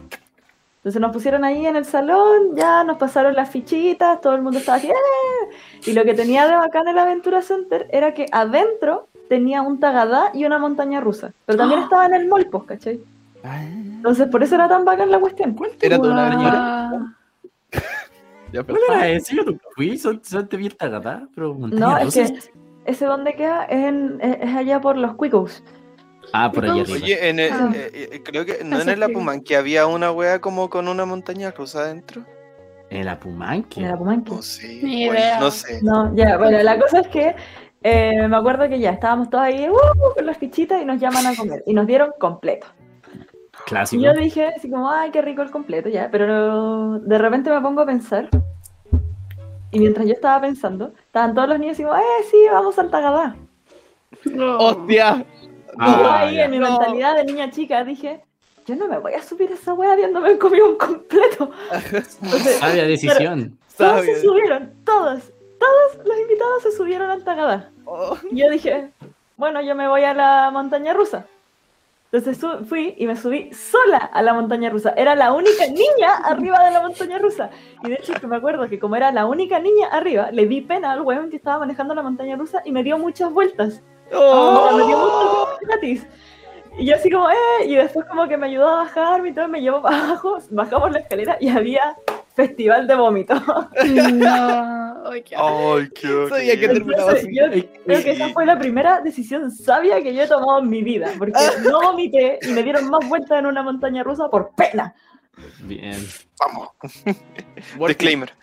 Speaker 5: Entonces nos pusieron ahí en el salón, ya nos pasaron las fichitas, todo el mundo estaba así, ¡eh! Y lo que tenía de bacán el Aventura Center era que adentro tenía un tagadá y una montaña rusa. Pero también
Speaker 4: ¡Ah!
Speaker 5: estaba en el mall, pues, ¿cachai? Entonces por eso era tan bacán la cuestión.
Speaker 7: Ah. Era de una niñera.
Speaker 4: Ah,
Speaker 7: Ya, pero-
Speaker 6: ¿Cuál era ese? Yo nunca fui, son, son de Virta Gatá, pero
Speaker 5: No,
Speaker 6: montañas
Speaker 5: es que
Speaker 6: rusas.
Speaker 5: ese donde queda es, en- es- es allá por los Cuicos.
Speaker 6: Ah, por allá arriba.
Speaker 1: Oye, en el-
Speaker 4: Ah.
Speaker 1: eh, eh, creo que no
Speaker 4: Eso
Speaker 1: en el
Speaker 4: explica.
Speaker 1: Apuman, que había una wea como con una montaña rusa adentro.
Speaker 6: En el Apumanque.
Speaker 5: En Apumanque.
Speaker 1: No sé.
Speaker 4: Ni
Speaker 1: bueno,
Speaker 4: idea.
Speaker 1: no sé.
Speaker 5: No, ya, bueno, la cosa es que eh, me acuerdo que ya estábamos todos ahí ¡uh! con las fichitas y nos llaman a comer y nos dieron completo. Y
Speaker 6: Clásico.
Speaker 5: yo dije así como, ay, qué rico el completo ya, pero de repente me pongo a pensar y mientras yo estaba pensando, estaban todos los niños así como, eh, sí, vamos a Antagada.
Speaker 4: No.
Speaker 7: ¡Hostia!
Speaker 5: y yo ahí
Speaker 6: Ah, ya.
Speaker 5: en mi
Speaker 7: No.
Speaker 5: mentalidad de niña chica dije, yo no me voy a subir a esa wea habiéndome comido un completo. Entonces,
Speaker 6: Sabia decisión.
Speaker 5: Todos se
Speaker 7: ¿Sabes?
Speaker 5: subieron, todos, todos los invitados se subieron al Tagada.
Speaker 7: Oh.
Speaker 5: Y yo dije, bueno, yo me voy a la montaña rusa. Entonces su- fui y me subí sola a la montaña rusa. Era la única niña arriba de la montaña rusa. Y de hecho que me acuerdo que como era la única niña arriba, le di pena al weón que estaba manejando la montaña rusa y me dio muchas vueltas.
Speaker 7: ¡Oh!
Speaker 5: Me dio muchas vueltas gratis. Y yo así como, eh, y después como que me ayudó a bajarme y todo, me llevó para abajo, bajamos la escalera y había festival de vómito.
Speaker 4: No, ay, qué asco.
Speaker 1: Ay, qué
Speaker 7: Sabía que
Speaker 1: horrible.
Speaker 7: terminaba
Speaker 5: Entonces,
Speaker 7: así.
Speaker 5: yo creo que esa
Speaker 1: Sí.
Speaker 5: fue la primera decisión sabia que yo he tomado en mi vida, porque no vomité y me dieron más vueltas en una montaña rusa por pena.
Speaker 6: Bien.
Speaker 1: Vamos.
Speaker 7: Worth it,
Speaker 1: Disclaimer.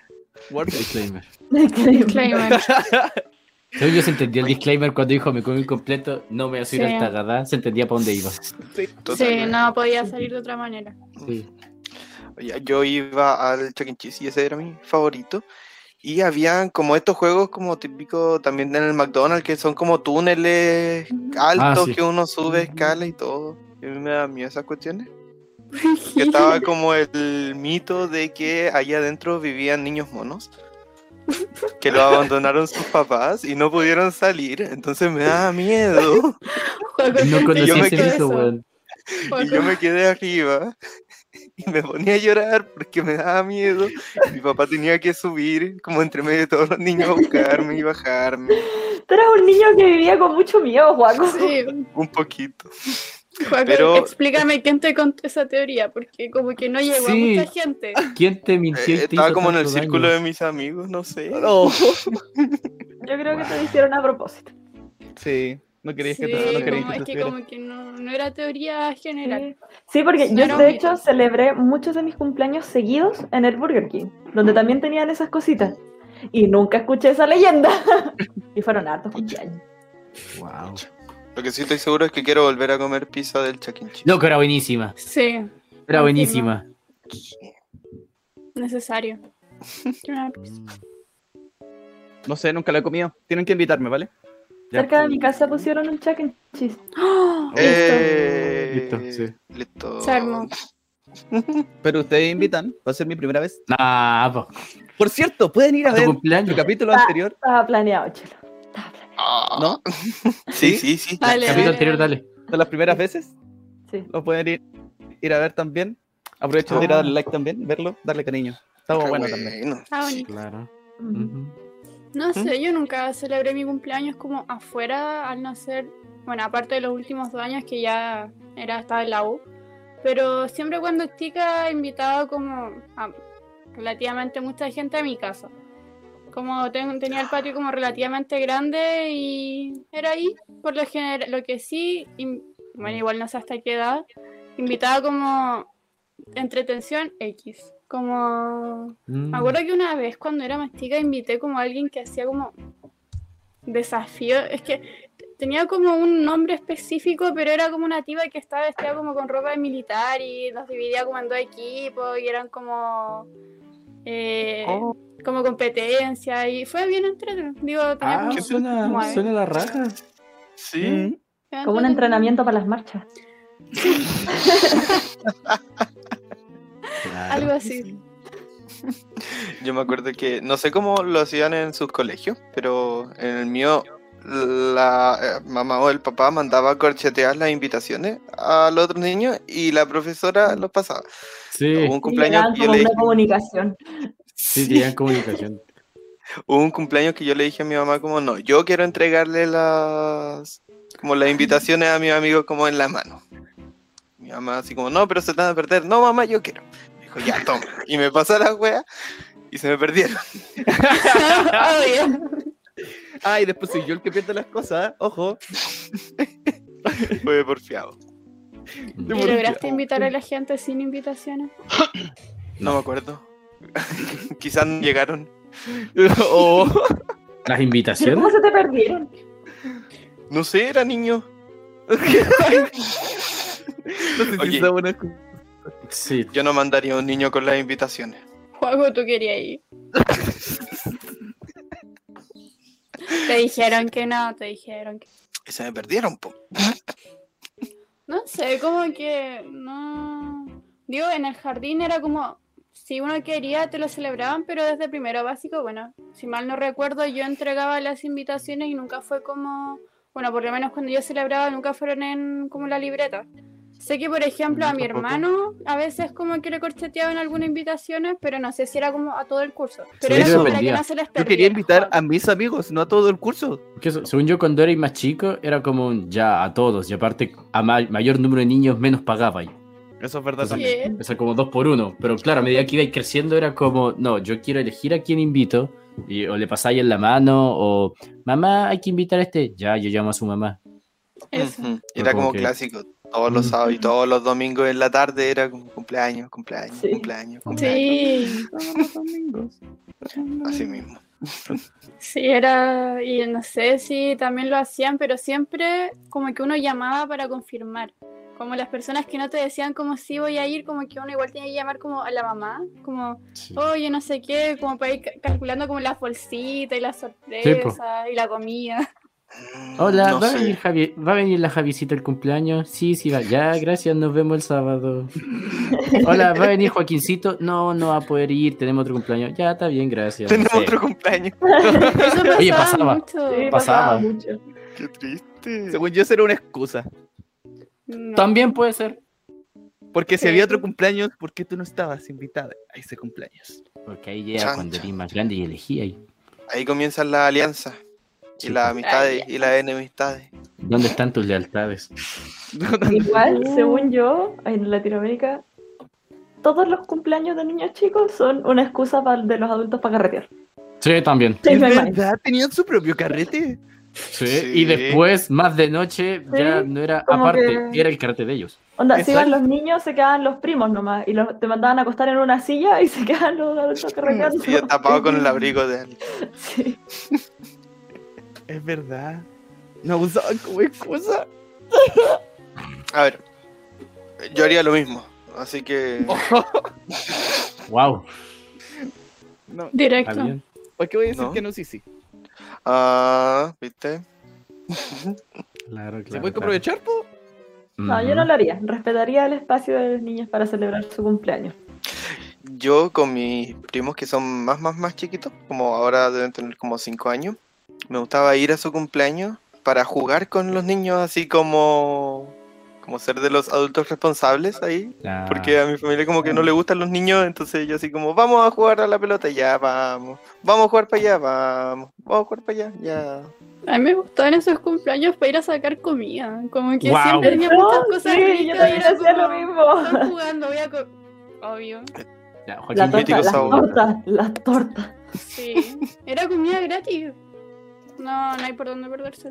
Speaker 7: worth it.
Speaker 6: Disclaimer.
Speaker 5: Oh.
Speaker 4: Disclaimer.
Speaker 6: Según yo se entendió el disclaimer cuando dijo me comí completo, no me voy a subir
Speaker 4: Sí.
Speaker 6: al Tagada. Se entendía para dónde iba.
Speaker 4: Sí,
Speaker 1: Totalmente.
Speaker 4: no podía salir de otra manera.
Speaker 6: Sí.
Speaker 1: Oye, Mm, Yo iba al Chuck E. Cheese y ese era mi favorito. Y habían como estos juegos como típicos también en el McDonald's que son como túneles altos
Speaker 6: sí.
Speaker 1: que uno sube escala y todo. Y a mí me da miedo esas cuestiones. Que estaba como el mito de que allá adentro vivían niños monos que lo abandonaron sus papás y no pudieron salir. Entonces me daba miedo.
Speaker 4: Juego con
Speaker 6: No
Speaker 4: gente
Speaker 1: yo
Speaker 6: conocí
Speaker 1: me
Speaker 6: ese
Speaker 1: quedé
Speaker 6: mito,
Speaker 4: eso.
Speaker 6: weón.
Speaker 4: Juego
Speaker 1: Y yo
Speaker 4: con-
Speaker 1: me quedé arriba y me ponía a llorar porque me daba miedo. Y Mi papá tenía que subir como entre medio de todos los niños a buscarme y bajarme
Speaker 5: Tú eras un niño que vivía con mucho miedo, Juaco.
Speaker 4: Sí,
Speaker 1: un poquito.
Speaker 4: Juaco,
Speaker 1: Pero-
Speaker 4: explícame quién te contó esa teoría, porque como que no llegó
Speaker 6: Sí.
Speaker 4: a mucha gente.
Speaker 1: Ah,
Speaker 6: ¿Quién te mintió? y
Speaker 1: Eh,
Speaker 6: te
Speaker 1: Estaba
Speaker 6: hizo
Speaker 1: como en el
Speaker 6: tanto daño?
Speaker 1: círculo de mis amigos, no sé.
Speaker 7: No.
Speaker 5: Yo creo que te lo hicieron a propósito.
Speaker 7: Sí, no querías que
Speaker 4: Sí,
Speaker 7: te no
Speaker 4: como-
Speaker 7: querías que
Speaker 4: es
Speaker 7: te
Speaker 4: que
Speaker 7: supiera.
Speaker 4: como que no, no era teoría general.
Speaker 5: Sí, porque yo
Speaker 4: Pero-
Speaker 5: de hecho celebré muchos de mis cumpleaños seguidos en el Burger King, donde también tenían esas cositas. Y nunca escuché esa leyenda. y fueron hartos cumpleaños.
Speaker 6: Wow.
Speaker 1: Lo que sí estoy seguro es que quiero volver a comer pizza del Chuck E. Cheese.
Speaker 6: Loco, era buenísima.
Speaker 4: Sí,
Speaker 6: Era buenísima.
Speaker 4: necesario. Una-
Speaker 7: No sé, nunca lo he comido. Tienen que invitarme, ¿vale?
Speaker 6: Ya,
Speaker 5: Cerca de
Speaker 6: pues.
Speaker 5: mi casa pusieron un chuck and cheese.
Speaker 4: ¡Oh!
Speaker 1: Eh,
Speaker 6: Listo, sí.
Speaker 1: listo.
Speaker 4: Se armó.
Speaker 7: Pero ustedes invitan, va a ser mi primera vez.
Speaker 6: Nah, Ah, po.
Speaker 7: Por cierto, pueden ir a
Speaker 6: A Ah, tu
Speaker 7: ver el
Speaker 6: cumpleaños.
Speaker 7: capítulo
Speaker 5: Ah.
Speaker 7: anterior.
Speaker 5: Estaba planeado, chelo. Estaba planeado.
Speaker 1: Ah.
Speaker 7: ¿No?
Speaker 1: Sí, sí, sí.
Speaker 4: Dale,
Speaker 6: Capítulo
Speaker 4: dale,
Speaker 6: anterior,
Speaker 4: dale.
Speaker 6: dale.
Speaker 7: de las primeras veces.
Speaker 5: Sí.
Speaker 7: Lo pueden ir, ir a ver también. Aprovechen de ir a darle like también, verlo, darle cariño. Está
Speaker 1: Qué
Speaker 7: bueno también.
Speaker 1: bueno.
Speaker 4: Está bonito.
Speaker 6: Claro.
Speaker 5: Ujú.
Speaker 4: No sé, yo nunca celebré mi cumpleaños como afuera al nacer. Bueno, aparte de los últimos dos años que ya era estaba en la U. Pero siempre cuando chica he invitado como a relativamente mucha gente a mi casa. Como ten- tenía el patio como relativamente grande y era ahí. Por lo general, lo que sí, im- bueno, igual no sé hasta qué edad, invitaba como entretención X. Como
Speaker 6: Mm.
Speaker 4: me acuerdo que una vez cuando era más chica invité como a alguien que hacía como desafío. Es que t- tenía como un nombre específico, pero era como una tipa que estaba vestida como con ropa de militar y nos dividía como en dos equipos y eran como eh,
Speaker 6: Oh.
Speaker 4: como competencia y fue bien entretenido. Digo, tenía
Speaker 6: Ah,
Speaker 4: como- como
Speaker 6: suena,
Speaker 4: a-
Speaker 6: suena la raja.
Speaker 1: Sí.
Speaker 7: Mm.
Speaker 4: era
Speaker 5: Como un
Speaker 4: entretenido.
Speaker 5: entrenamiento para las marchas.
Speaker 4: Algo así.
Speaker 1: Yo me acuerdo que no sé cómo lo hacían en sus colegios, pero en el mío la eh, mamá o el papá mandaba a corchetear las invitaciones a los otros niños y la profesora los pasaba.
Speaker 6: Sí,
Speaker 1: Hubo un
Speaker 5: Cumpleaños
Speaker 1: cumpleaños que yo
Speaker 5: como
Speaker 1: le
Speaker 5: una
Speaker 1: dije,
Speaker 5: comunicación.
Speaker 6: sí, tenían comunicación.
Speaker 1: hubo un cumpleaños que yo le dije a mi mamá como no, yo quiero entregarle las como las invitaciones a mis amigos como en la mano. Mi mamá así como, no, pero se te van a perder. No, mamá, yo quiero. Me dijo, ya, toma. Y me pasó la wea y se me perdieron.
Speaker 4: Obvio.
Speaker 7: Ah, ¿eh? Ay, después soy yo el que pierde las cosas, ojo.
Speaker 1: Fue porfiado.
Speaker 4: ¿Y lograste invitar a la gente sin invitaciones?
Speaker 1: No me acuerdo. Quizás no llegaron.
Speaker 7: Oh,
Speaker 6: Las
Speaker 5: ¿Pero
Speaker 6: invitaciones.
Speaker 5: ¿Cómo se te perdieron?
Speaker 1: No sé, era niño.
Speaker 7: no sé si
Speaker 1: Oye.
Speaker 7: esa buena excusa.
Speaker 6: Sí.
Speaker 1: Yo no mandaría a un niño con las invitaciones.
Speaker 4: Juego, tú querías ir. te dijeron que no, te dijeron que.
Speaker 1: Y se me perdieron, po.
Speaker 4: No sé, como que. No. Digo, en el jardín era como. Si uno quería, te lo celebraban, pero desde primero básico, bueno, si mal no recuerdo, yo entregaba las invitaciones y nunca fue como. Bueno, por lo menos cuando yo celebraba, nunca fueron en como la libreta. Sé que, por ejemplo, a mi hermano a veces como que le corcheteaban algunas invitaciones, pero no sé si era como a todo el curso. Pero
Speaker 6: Sí,
Speaker 4: era
Speaker 6: eso
Speaker 4: como para que
Speaker 6: dependía.
Speaker 4: no se les
Speaker 7: Yo
Speaker 4: perdiera.
Speaker 7: quería invitar a mis amigos, no a todo el curso.
Speaker 6: Porque se- según yo, cuando era más chico, era como un ya a todos. Y aparte, a ma- mayor número de niños, menos pagaba.
Speaker 7: Eso es verdad
Speaker 6: Sí.
Speaker 7: también.
Speaker 4: Sí.
Speaker 6: O sea, como dos por uno. Pero claro, a medida que iba creciendo, era como, no, yo quiero elegir a quién invito. Y, o le pasáis en la mano, o mamá, hay que invitar a este. Ya, yo llamo a su mamá.
Speaker 4: Eso.
Speaker 1: Ujú. Era como
Speaker 6: Ok.
Speaker 1: clásico. Todos los
Speaker 6: Mm.
Speaker 1: sábados y todos los domingos en la tarde era como cumpleaños, cumpleaños,
Speaker 5: Sí.
Speaker 1: cumpleaños, cumpleaños.
Speaker 4: Sí,
Speaker 1: Así mismo.
Speaker 4: sí, era, y no sé si también lo hacían, pero siempre como que uno llamaba para confirmar. Como las personas que no te decían como si voy a ir, como que uno igual tenía que llamar como a la mamá, como, oye, no sé qué, como para ir ca- calculando como las bolsitas y las sorpresas y la comida.
Speaker 6: Hola,
Speaker 1: Mm, No
Speaker 6: ¿va, a
Speaker 1: sé.
Speaker 6: venir Javi- ¿va a venir la Javisita el cumpleaños? Sí, sí, va. Ya, gracias, nos vemos el sábado. Hola, ¿va a venir Joaquincito? No, no va a poder ir, tenemos otro cumpleaños. Ya, está bien, gracias. no
Speaker 1: Tenemos
Speaker 6: sé.
Speaker 1: otro cumpleaños.
Speaker 4: Eso pasaba,
Speaker 6: Oye, pasaba.
Speaker 4: mucho.
Speaker 5: Sí,
Speaker 6: Pasaba.
Speaker 5: pasaba mucho.
Speaker 1: Qué triste.
Speaker 7: Según yo, eso era una excusa.
Speaker 4: No.
Speaker 6: También puede ser.
Speaker 7: Porque si
Speaker 4: Sí.
Speaker 7: había otro cumpleaños, ¿por qué tú no estabas invitada a ese cumpleaños?
Speaker 6: Porque ahí llega
Speaker 1: Chan,
Speaker 6: cuando
Speaker 1: chan.
Speaker 6: eres más grande y elegí ahí.
Speaker 1: Ahí comienzan las alianzas y
Speaker 6: Sí,
Speaker 1: las
Speaker 6: pues.
Speaker 1: amistades y las enemistades.
Speaker 6: ¿Dónde están tus lealtades?
Speaker 5: Igual, según yo, en Latinoamérica, todos los cumpleaños de niños chicos son una excusa pa- de los adultos para carretear.
Speaker 6: Sí, también.
Speaker 5: Sí,
Speaker 7: ¿Es
Speaker 5: no hay más.
Speaker 7: verdad? ¿Tenían su propio carrete?
Speaker 6: Sí,
Speaker 1: Sí.
Speaker 6: y después, más de noche, ya
Speaker 5: Sí,
Speaker 6: no era
Speaker 5: como
Speaker 6: aparte,
Speaker 5: que-
Speaker 6: era el cartel de ellos.
Speaker 5: Onda, si
Speaker 7: Exacto.
Speaker 5: iban los niños, se quedaban los primos nomás. Y los, te mandaban a acostar en una silla y se quedaban los adultos carreteando.
Speaker 1: Y yo tapado con el abrigo de alguien.
Speaker 5: Sí.
Speaker 7: Es verdad. No usaban como excusa.
Speaker 1: A ver, yo haría lo mismo. Así que.
Speaker 7: Oh.
Speaker 6: Wow,
Speaker 7: No,
Speaker 4: Directo.
Speaker 7: ¿Por qué voy a decir
Speaker 1: No.
Speaker 7: que no, sí, sí?
Speaker 1: Ah, ¿viste?
Speaker 6: Claro, Mm.
Speaker 7: ¿Se puede aprovechar, po?
Speaker 5: No, yo no lo haría. Respetaría el espacio de los niños para celebrar su cumpleaños.
Speaker 1: Yo con mis primos que son más, más, más chiquitos, como ahora deben tener como 5 años, me gustaba ir a su cumpleaños para jugar con los niños, así como, como ser de los adultos responsables ahí.
Speaker 6: Ah.
Speaker 1: Porque a mi familia como que no le gustan los niños, entonces yo así como, vamos a jugar a la pelota, ya vamos. Vamos a jugar para allá, vamos. Vamos a jugar para allá, ya.
Speaker 4: A mí me gustaba en esos cumpleaños para ir a sacar comida. Como que
Speaker 6: Guau.
Speaker 4: siempre tenía muchas cosas
Speaker 5: Oh, sí, yo
Speaker 4: ricas y
Speaker 5: también
Speaker 4: era
Speaker 5: hacía lo
Speaker 4: como-
Speaker 5: mismo.
Speaker 4: Están jugando, voy a. co- Obvio.
Speaker 6: Ya, Joaquín,
Speaker 5: La torta,
Speaker 1: mítico
Speaker 5: las
Speaker 1: sabor.
Speaker 5: tortas, las tortas.
Speaker 4: Sí. Era comida gratis. No, no hay por dónde perderse.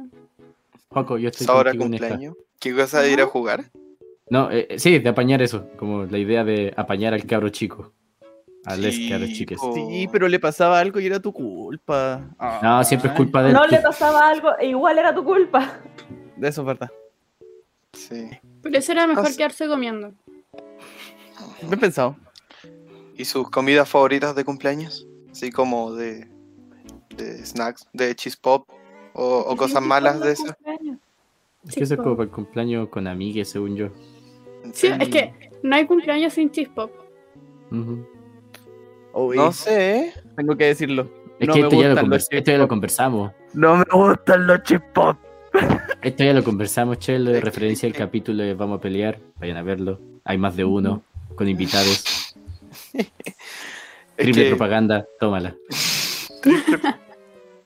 Speaker 6: Joaco, yo estoy
Speaker 1: Es ahora
Speaker 6: contigo en esta.
Speaker 1: cumpleaños. ¿Qué cosa de ir a jugar?
Speaker 6: No, eh, eh, sí, de apañar eso, como la idea de apañar al cabro chico. A les
Speaker 1: Sí,
Speaker 6: cabros chiques.
Speaker 1: po.
Speaker 7: Sí, pero le pasaba algo y era tu culpa. Ah,
Speaker 6: No, siempre es culpa de él.
Speaker 5: No le pasaba algo, e igual era tu culpa.
Speaker 7: De eso es verdad.
Speaker 1: Sí.
Speaker 4: Pero eso era mejor
Speaker 1: Así-
Speaker 4: quedarse comiendo.
Speaker 7: Me he pensado.
Speaker 1: ¿Y sus comidas favoritas de cumpleaños? Así como de, de snacks, de cheese pop o, o cosas malas de esas.
Speaker 6: Es que eso es
Speaker 4: chico.
Speaker 6: como para el cumpleaños con amigues, según yo.
Speaker 4: Sí, es que no hay cumpleaños sin chispop.
Speaker 6: Ujú.
Speaker 7: Uy,
Speaker 1: No sé. ¿eh?
Speaker 7: Tengo que decirlo.
Speaker 6: Es
Speaker 7: no
Speaker 6: que
Speaker 7: me
Speaker 6: esto ya, lo
Speaker 7: gustan
Speaker 6: convers-
Speaker 7: los
Speaker 6: esto ya lo
Speaker 7: chip-pop.
Speaker 6: conversamos.
Speaker 7: No me gustan los chip-pop.
Speaker 6: Esto ya lo conversamos, Chelo, de
Speaker 1: Es que-
Speaker 6: referencia al capítulo de Vamos a pelear. Vayan a verlo. Hay más de uno,
Speaker 7: Mm.
Speaker 6: con invitados.
Speaker 1: Es
Speaker 6: Triple
Speaker 1: que-
Speaker 6: propaganda, tómala.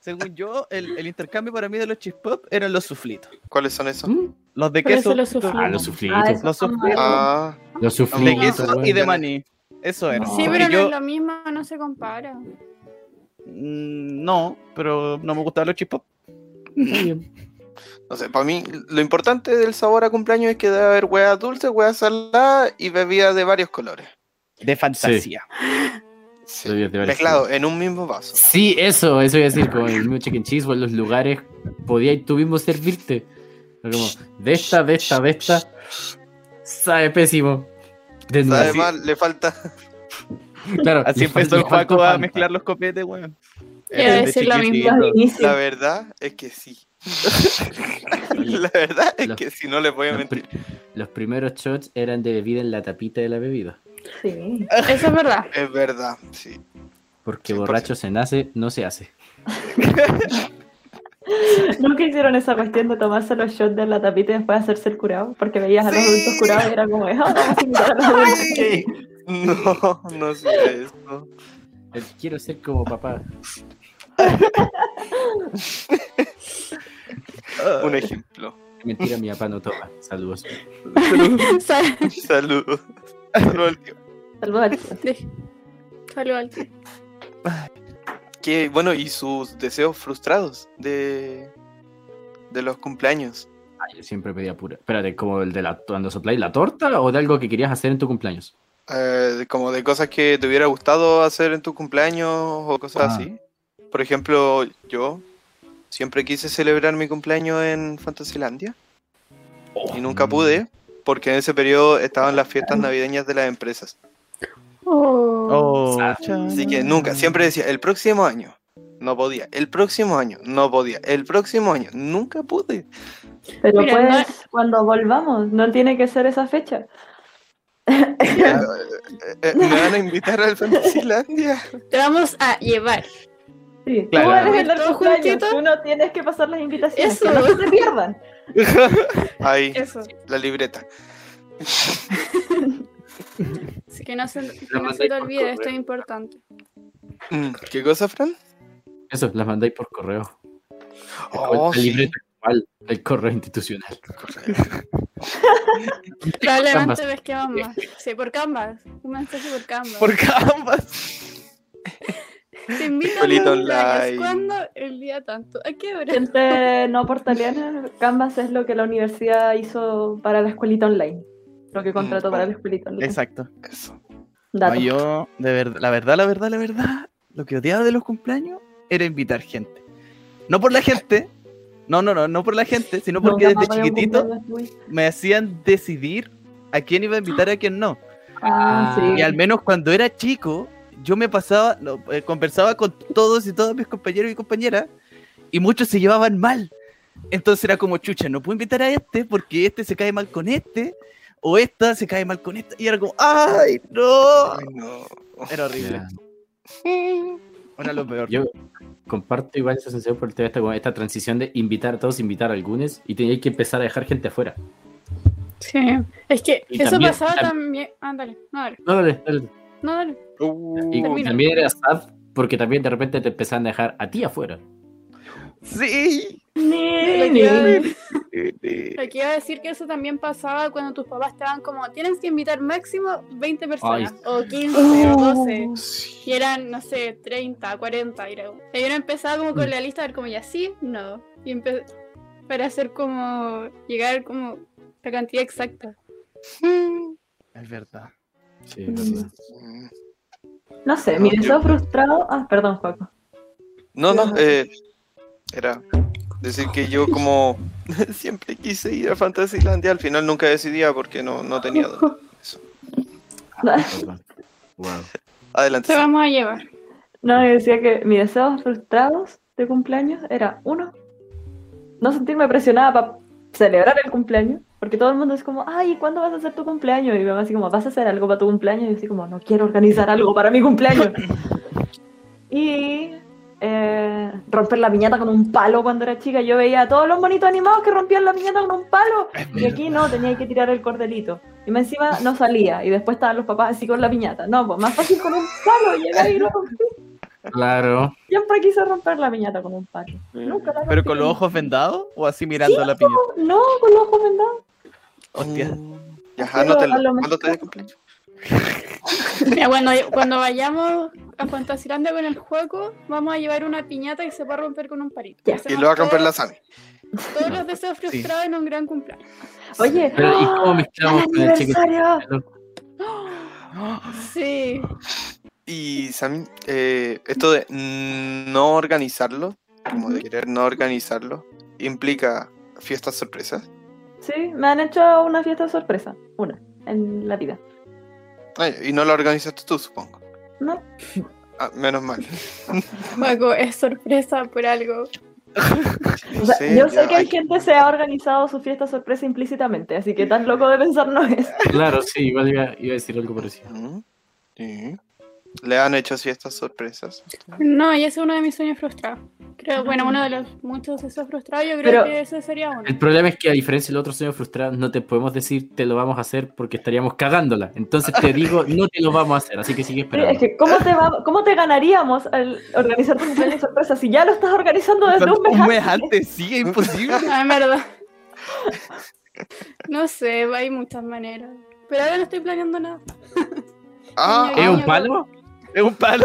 Speaker 7: Según yo, el, el intercambio para mí de los chip-pop eran los suflitos.
Speaker 1: ¿Cuáles son esos?
Speaker 6: ¿Mm?
Speaker 7: Los de
Speaker 4: Por
Speaker 7: queso.
Speaker 4: eso lo sufrí.
Speaker 6: Ah, los suflitos.
Speaker 7: Los suflitos.
Speaker 1: Ah,
Speaker 6: Los
Speaker 7: De
Speaker 1: Frito,
Speaker 7: queso
Speaker 6: suflitos.
Speaker 7: y
Speaker 6: weón.
Speaker 7: de maní. Eso era.
Speaker 4: Sí, pero
Speaker 6: No.
Speaker 7: Porque
Speaker 4: no
Speaker 7: yo-
Speaker 4: es lo mismo, no se compara.
Speaker 7: Mm, No, pero no me gustaban los chip-pop.
Speaker 6: Está bien.
Speaker 1: No sé, para mí lo importante del sabor a cumpleaños es que debe haber hueá dulce, hueá salada y bebidas de varios colores.
Speaker 7: De fantasía.
Speaker 1: Sí.
Speaker 6: Bebidas de varios
Speaker 1: Mezclado en un mismo vaso.
Speaker 6: Sí, eso, eso iba a decir, como el mismo chicken cheese o en los lugares podías tú mismo servirte. Era Como, de esta, de esta, de esta. Sabe pésimo. De nuevo.
Speaker 1: Además, le falta.
Speaker 6: Claro,
Speaker 7: Así
Speaker 6: le fal-
Speaker 7: empezó el
Speaker 6: le
Speaker 7: Juaco
Speaker 6: faltó
Speaker 7: a
Speaker 6: Fanta.
Speaker 7: mezclar los copetes, weón.
Speaker 4: Iba
Speaker 6: Eh,
Speaker 4: a
Speaker 7: Desde
Speaker 4: decir lo mismo.
Speaker 7: chiquitito.
Speaker 1: La verdad es que sí. la verdad es
Speaker 6: Los-
Speaker 1: que si no les voy a
Speaker 6: Los,
Speaker 1: mentir.
Speaker 6: pri- los primeros shots eran de bebida en la tapita de la bebida.
Speaker 5: Sí.
Speaker 4: Eso es verdad.
Speaker 1: Es verdad, sí.
Speaker 6: Porque
Speaker 1: 100%.
Speaker 6: borracho se nace, no se hace.
Speaker 5: Nunca hicieron esa cuestión de tomarse los shots de la tapita y después hacerse el curado, porque veías a los
Speaker 1: Sí.
Speaker 5: adultos curados y era como, "Ah, vamos a invitar a los adultos".
Speaker 1: No, no sé eso.
Speaker 6: El quiero ser como papá.
Speaker 1: Un e- ejemplo.
Speaker 6: Mentira, mi papá no toma. Saludos.
Speaker 4: Sal-
Speaker 1: Saludos. Saludos al tío.
Speaker 5: Saludos al tío.
Speaker 4: de- Salud al tío.
Speaker 1: Que, bueno, y sus deseos frustrados de, de los cumpleaños.
Speaker 6: Ah, yo siempre pedía pura. Espérate, como el de la cuando sopláis la torta o de algo que querías hacer en tu cumpleaños.
Speaker 1: Eh, como de cosas que te hubiera gustado hacer en tu cumpleaños o cosas
Speaker 6: Ah.
Speaker 1: así. Por ejemplo, yo siempre quise celebrar mi cumpleaños en Fantasylandia y
Speaker 6: Mm.
Speaker 1: nunca pude porque en ese periodo estaban las fiestas navideñas de las empresas.
Speaker 4: Oh.
Speaker 7: Oh,
Speaker 6: Ah,
Speaker 7: chan.
Speaker 1: Así que nunca, siempre decía, el próximo año. No podía, el próximo año, no podía, el próximo año, nunca pude.
Speaker 5: Pero
Speaker 4: Mira,
Speaker 5: pues,
Speaker 4: no
Speaker 5: cuando volvamos, no tiene que ser esa fecha.
Speaker 1: Eh, eh, Me van a invitar al Fantasylandia.
Speaker 4: Te vamos a llevar.
Speaker 5: Sí,
Speaker 7: Claro.
Speaker 5: tú eres el de los
Speaker 4: ¿Todos
Speaker 5: cumpleaños,
Speaker 4: juntitos?
Speaker 5: tú no tienes que pasar las invitaciones,
Speaker 4: Eso.
Speaker 5: que no se te pierdan.
Speaker 1: Ahí,
Speaker 4: Eso.
Speaker 1: la libreta.
Speaker 4: Así que no se, que
Speaker 6: La
Speaker 4: no se
Speaker 6: mandáis
Speaker 4: te
Speaker 6: por
Speaker 4: olvide, esto
Speaker 6: correo.
Speaker 4: es importante.
Speaker 1: Mm, ¿Qué cosa, Fran?
Speaker 6: Mm, Eso, las mandáis por correo.
Speaker 1: Oh,
Speaker 6: el,
Speaker 1: sí.
Speaker 6: libreta actual, el correo institucional.
Speaker 4: Probablemente
Speaker 6: Canvas.
Speaker 4: ves que ambas. Sí, por Canvas. Un mensaje por Canvas.
Speaker 7: Por Canvas.
Speaker 4: Te invito a
Speaker 1: Solito
Speaker 4: los cumpleaños.
Speaker 1: online.
Speaker 4: ¿Cuándo? El día tanto. ¿A qué hora?
Speaker 5: Gente no portaliana, Canvas es lo que la universidad hizo para la escuelita online. Lo que contrató
Speaker 1: Mm.
Speaker 5: para la escuelita online.
Speaker 7: Exacto.
Speaker 1: Eso.
Speaker 5: Dato.
Speaker 7: No, yo, de verdad, la verdad, la verdad, la verdad, lo que odiaba de los cumpleaños era invitar gente. No por la gente, no, no, no, no por la gente, sino porque
Speaker 5: Nunca más
Speaker 7: desde
Speaker 5: voy a un
Speaker 7: chiquitito
Speaker 5: cumpleaños, uy.
Speaker 7: me hacían decidir a quién iba a invitar y a quién no.
Speaker 5: Ah, sí.
Speaker 7: Y al menos cuando era chico, yo me pasaba, no, eh, conversaba con todos y todas mis compañeros y compañeras, y muchos se llevaban mal. Entonces era como, chucha, no puedo invitar a este porque este se cae mal con este, o esta se cae mal con esta. Y era como, ¡ay, no!
Speaker 1: Ay, no.
Speaker 7: Era horrible.
Speaker 6: Ya.
Speaker 7: Era lo peor.
Speaker 6: Yo comparto igual esa sensación por el tema de esta, como esta transición de invitar a todos, invitar a algunos y teníais que empezar a dejar gente afuera.
Speaker 4: Sí. Es que
Speaker 6: Y
Speaker 4: eso
Speaker 6: también-
Speaker 4: pasaba
Speaker 6: tam-
Speaker 4: también. Ándale, no dale,
Speaker 6: No, dale, dale.
Speaker 4: no dale.
Speaker 1: Uh,
Speaker 6: Y
Speaker 4: Termina.
Speaker 6: también era sad porque también de repente te empezaban a dejar a ti afuera.
Speaker 7: Sí.
Speaker 5: Ni,
Speaker 4: Lo que iba a
Speaker 5: ni.
Speaker 4: decir- lo que iba a decir que eso también pasaba cuando tus papás estaban como, tienes que invitar máximo 20 personas, o 15, o 12. Y eran, no sé, 30, 40. Y, era, como- y uno empezaba como con la lista, a ver como ya sí, no. Y empe- para hacer como, llegar como la cantidad exacta.
Speaker 7: Es verdad.
Speaker 6: Sí,
Speaker 5: verdad.
Speaker 1: Mm.
Speaker 5: No sé,
Speaker 1: No,
Speaker 5: mi
Speaker 1: yo-
Speaker 5: deseo frustrado. Ah, perdón, Juaco.
Speaker 1: No, no,
Speaker 5: Ajá.
Speaker 1: eh, era decir que yo como siempre quise ir a Fantasylandia, al final nunca decidía porque no, no tenía dónde.
Speaker 6: Ah, Wow.
Speaker 1: Adelante.
Speaker 4: Te vamos a llevar.
Speaker 5: No, yo decía que mis deseos frustrados de cumpleaños era uno, no sentirme presionada para celebrar el cumpleaños, porque todo el mundo es como, ay, ¿y ¿cuándo vas a hacer tu cumpleaños? Y mi mamá así como, ¿vas a hacer algo para tu cumpleaños? Y yo así como, no quiero organizar algo para mi cumpleaños. y eh, romper la piñata con un palo cuando era chica. Yo veía a todos los monitos animados que rompían la piñata con un palo. Y aquí no, tenía que tirar el cordelito. Y más encima no salía. Y después estaban los papás así con la piñata. No, pues más fácil con un palo. Llegar y lo
Speaker 6: Claro.
Speaker 5: Siempre quise romper la piñata con un palo. Nunca la
Speaker 7: ¿Pero
Speaker 5: rompí.
Speaker 7: con los ojos vendados o así mirando la piñata?
Speaker 5: No, con los ojos vendados.
Speaker 7: Hostia.
Speaker 1: Mm. Ya,
Speaker 5: Pero a
Speaker 1: anótalo.
Speaker 5: lo
Speaker 1: ¿Cuándo te
Speaker 5: mejor-
Speaker 1: de cumpleaños?
Speaker 4: Mira, cuando, cuando vayamos a Fantasilandia con el juego, vamos a llevar una piñata que se va a romper con un palito.
Speaker 5: Ya.
Speaker 1: Y
Speaker 4: Hacemos
Speaker 1: lo va a romper la
Speaker 4: todos-
Speaker 1: Sami.
Speaker 4: Todos los deseos frustrados en un gran cumpleaños.
Speaker 5: Oye,
Speaker 6: Pero, ¿y
Speaker 5: ¡ah!
Speaker 6: cómo mezclamos
Speaker 5: ¡El
Speaker 6: con el chico?
Speaker 5: aniversario!
Speaker 1: Ah.
Speaker 4: Sí.
Speaker 1: Y Sami, eh, esto de no organizarlo, como de querer no organizarlo, implica fiestas sorpresas.
Speaker 5: Sí, me han hecho una fiesta sorpresa. Una. En la vida.
Speaker 1: Ay, y no la organizaste tú, supongo.
Speaker 5: No.
Speaker 1: Ah, menos mal.
Speaker 4: Paco, es sorpresa por algo.
Speaker 5: O sea,
Speaker 1: Sí,
Speaker 5: yo sé
Speaker 1: ya,
Speaker 5: que hay
Speaker 1: ay,
Speaker 5: gente se ha organizado su fiesta sorpresa implícitamente, así que tan loco de pensar no es.
Speaker 6: Claro, sí, igual iba, iba a decir algo parecido.
Speaker 1: ¿Mm? Sí. Le han hecho fiestas sorpresas.
Speaker 4: No, y ese es uno de mis sueños frustrados. Creo, bueno, uno de los muchos deseos frustrados, yo creo
Speaker 5: Pero-
Speaker 4: que ese sería uno.
Speaker 6: El problema es que a diferencia del otro sueño frustrado, no te podemos decir te lo vamos a hacer porque estaríamos cagándola. Entonces te digo, no te lo vamos a hacer, así que
Speaker 5: Sí,
Speaker 6: sigue
Speaker 5: es
Speaker 6: esperando.
Speaker 5: que, ¿cómo te, va- ¿cómo te ganaríamos al organizar tu cumpleaños sorpresa si ya lo estás organizando desde un mes?
Speaker 7: Un mes
Speaker 5: antes?
Speaker 7: antes, sí, es imposible.
Speaker 4: No, Ah, en verdad. No sé, hay muchas maneras. Pero ahora no estoy planeando nada.
Speaker 1: Ah,
Speaker 6: ¿Es un palo?
Speaker 7: Es un palo.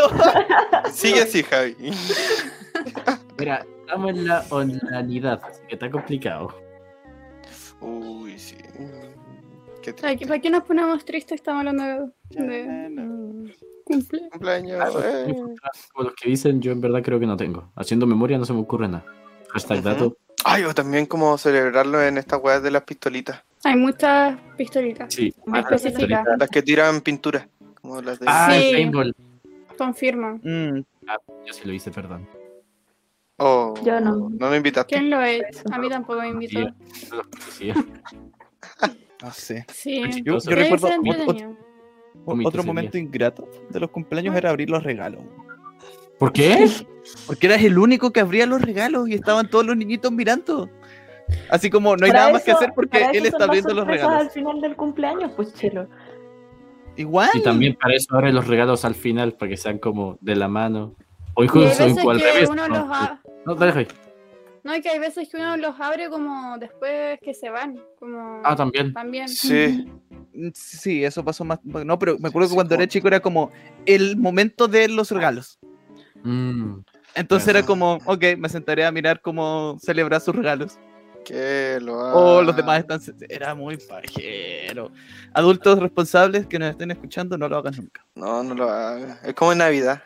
Speaker 1: sigue así, Javi.
Speaker 6: Mira, estamos en la onlanidad, así que está complicado.
Speaker 1: Uy, sí. Qué
Speaker 4: ¿Para qué,
Speaker 1: triste.
Speaker 4: para qué nos ponemos tristes? Estamos hablando de, de cumple.
Speaker 1: Cumpleaños. eh.
Speaker 6: Como los que dicen, yo en verdad creo que no tengo. Haciendo memoria no se me ocurre nada. Hashtag
Speaker 1: Ujú.
Speaker 6: dato.
Speaker 1: Ay, o también como celebrarlo en estas weas de las pistolitas.
Speaker 4: Hay muchas pistolitas.
Speaker 6: Sí.
Speaker 4: Muy específicas.
Speaker 1: Las que tiran pintura. Como las de.
Speaker 6: Ah, el
Speaker 4: Sí.
Speaker 6: paintball.
Speaker 4: Confirman.
Speaker 7: Mm,
Speaker 6: Yo sí lo hice, perdón.
Speaker 1: Oh,
Speaker 5: Yo no.
Speaker 1: No me invitaste.
Speaker 4: ¿Quién lo es? A mí tampoco me invitó.
Speaker 6: Mentira. Sí.
Speaker 7: no sé.
Speaker 4: Sí.
Speaker 7: Yo,
Speaker 6: Entonces,
Speaker 7: yo
Speaker 4: Debe
Speaker 7: recuerdo
Speaker 4: ser
Speaker 7: ot- ot-
Speaker 4: entretenido.
Speaker 6: Vómito
Speaker 7: otro
Speaker 6: ese
Speaker 7: momento ingrato de los cumpleaños era abrir los regalos.
Speaker 6: ¿Por qué?
Speaker 7: Porque eras el único que abría los regalos y estaban todos los niñitos mirando. Así como no hay
Speaker 5: Para
Speaker 7: nada más que
Speaker 5: eso-
Speaker 7: hacer porque
Speaker 5: para eso
Speaker 7: él está
Speaker 5: son las
Speaker 7: abriendo los
Speaker 5: sorpresas
Speaker 7: regalos.
Speaker 5: Al final del cumpleaños, pues chelo.
Speaker 7: Igual.
Speaker 6: Y también para eso abre los regalos al final, para que sean como de la mano. O
Speaker 4: Y hay
Speaker 6: incluso
Speaker 4: veces
Speaker 6: o al
Speaker 4: que
Speaker 6: revés.
Speaker 4: uno
Speaker 6: No,
Speaker 4: los a-
Speaker 6: no, dale, Javi.
Speaker 4: No, y que hay veces que uno los abre como después que se van. Como
Speaker 6: Ah, también.
Speaker 4: también.
Speaker 1: Sí.
Speaker 7: Mm, Sí, eso pasó más. No, pero me acuerdo
Speaker 1: Sí,
Speaker 7: que cuando
Speaker 1: como-
Speaker 7: era chico era como el momento de los regalos.
Speaker 6: Mm.
Speaker 7: Entonces
Speaker 6: Bueno.
Speaker 7: era como, ok, me sentaré a mirar cómo celebrar sus regalos.
Speaker 1: Que lo
Speaker 7: O
Speaker 1: hagan.
Speaker 7: Oh, los demás están. Era muy pajero. Adultos responsables que nos estén escuchando, no lo hagan nunca.
Speaker 1: No, no lo hagan. Es como en Navidad.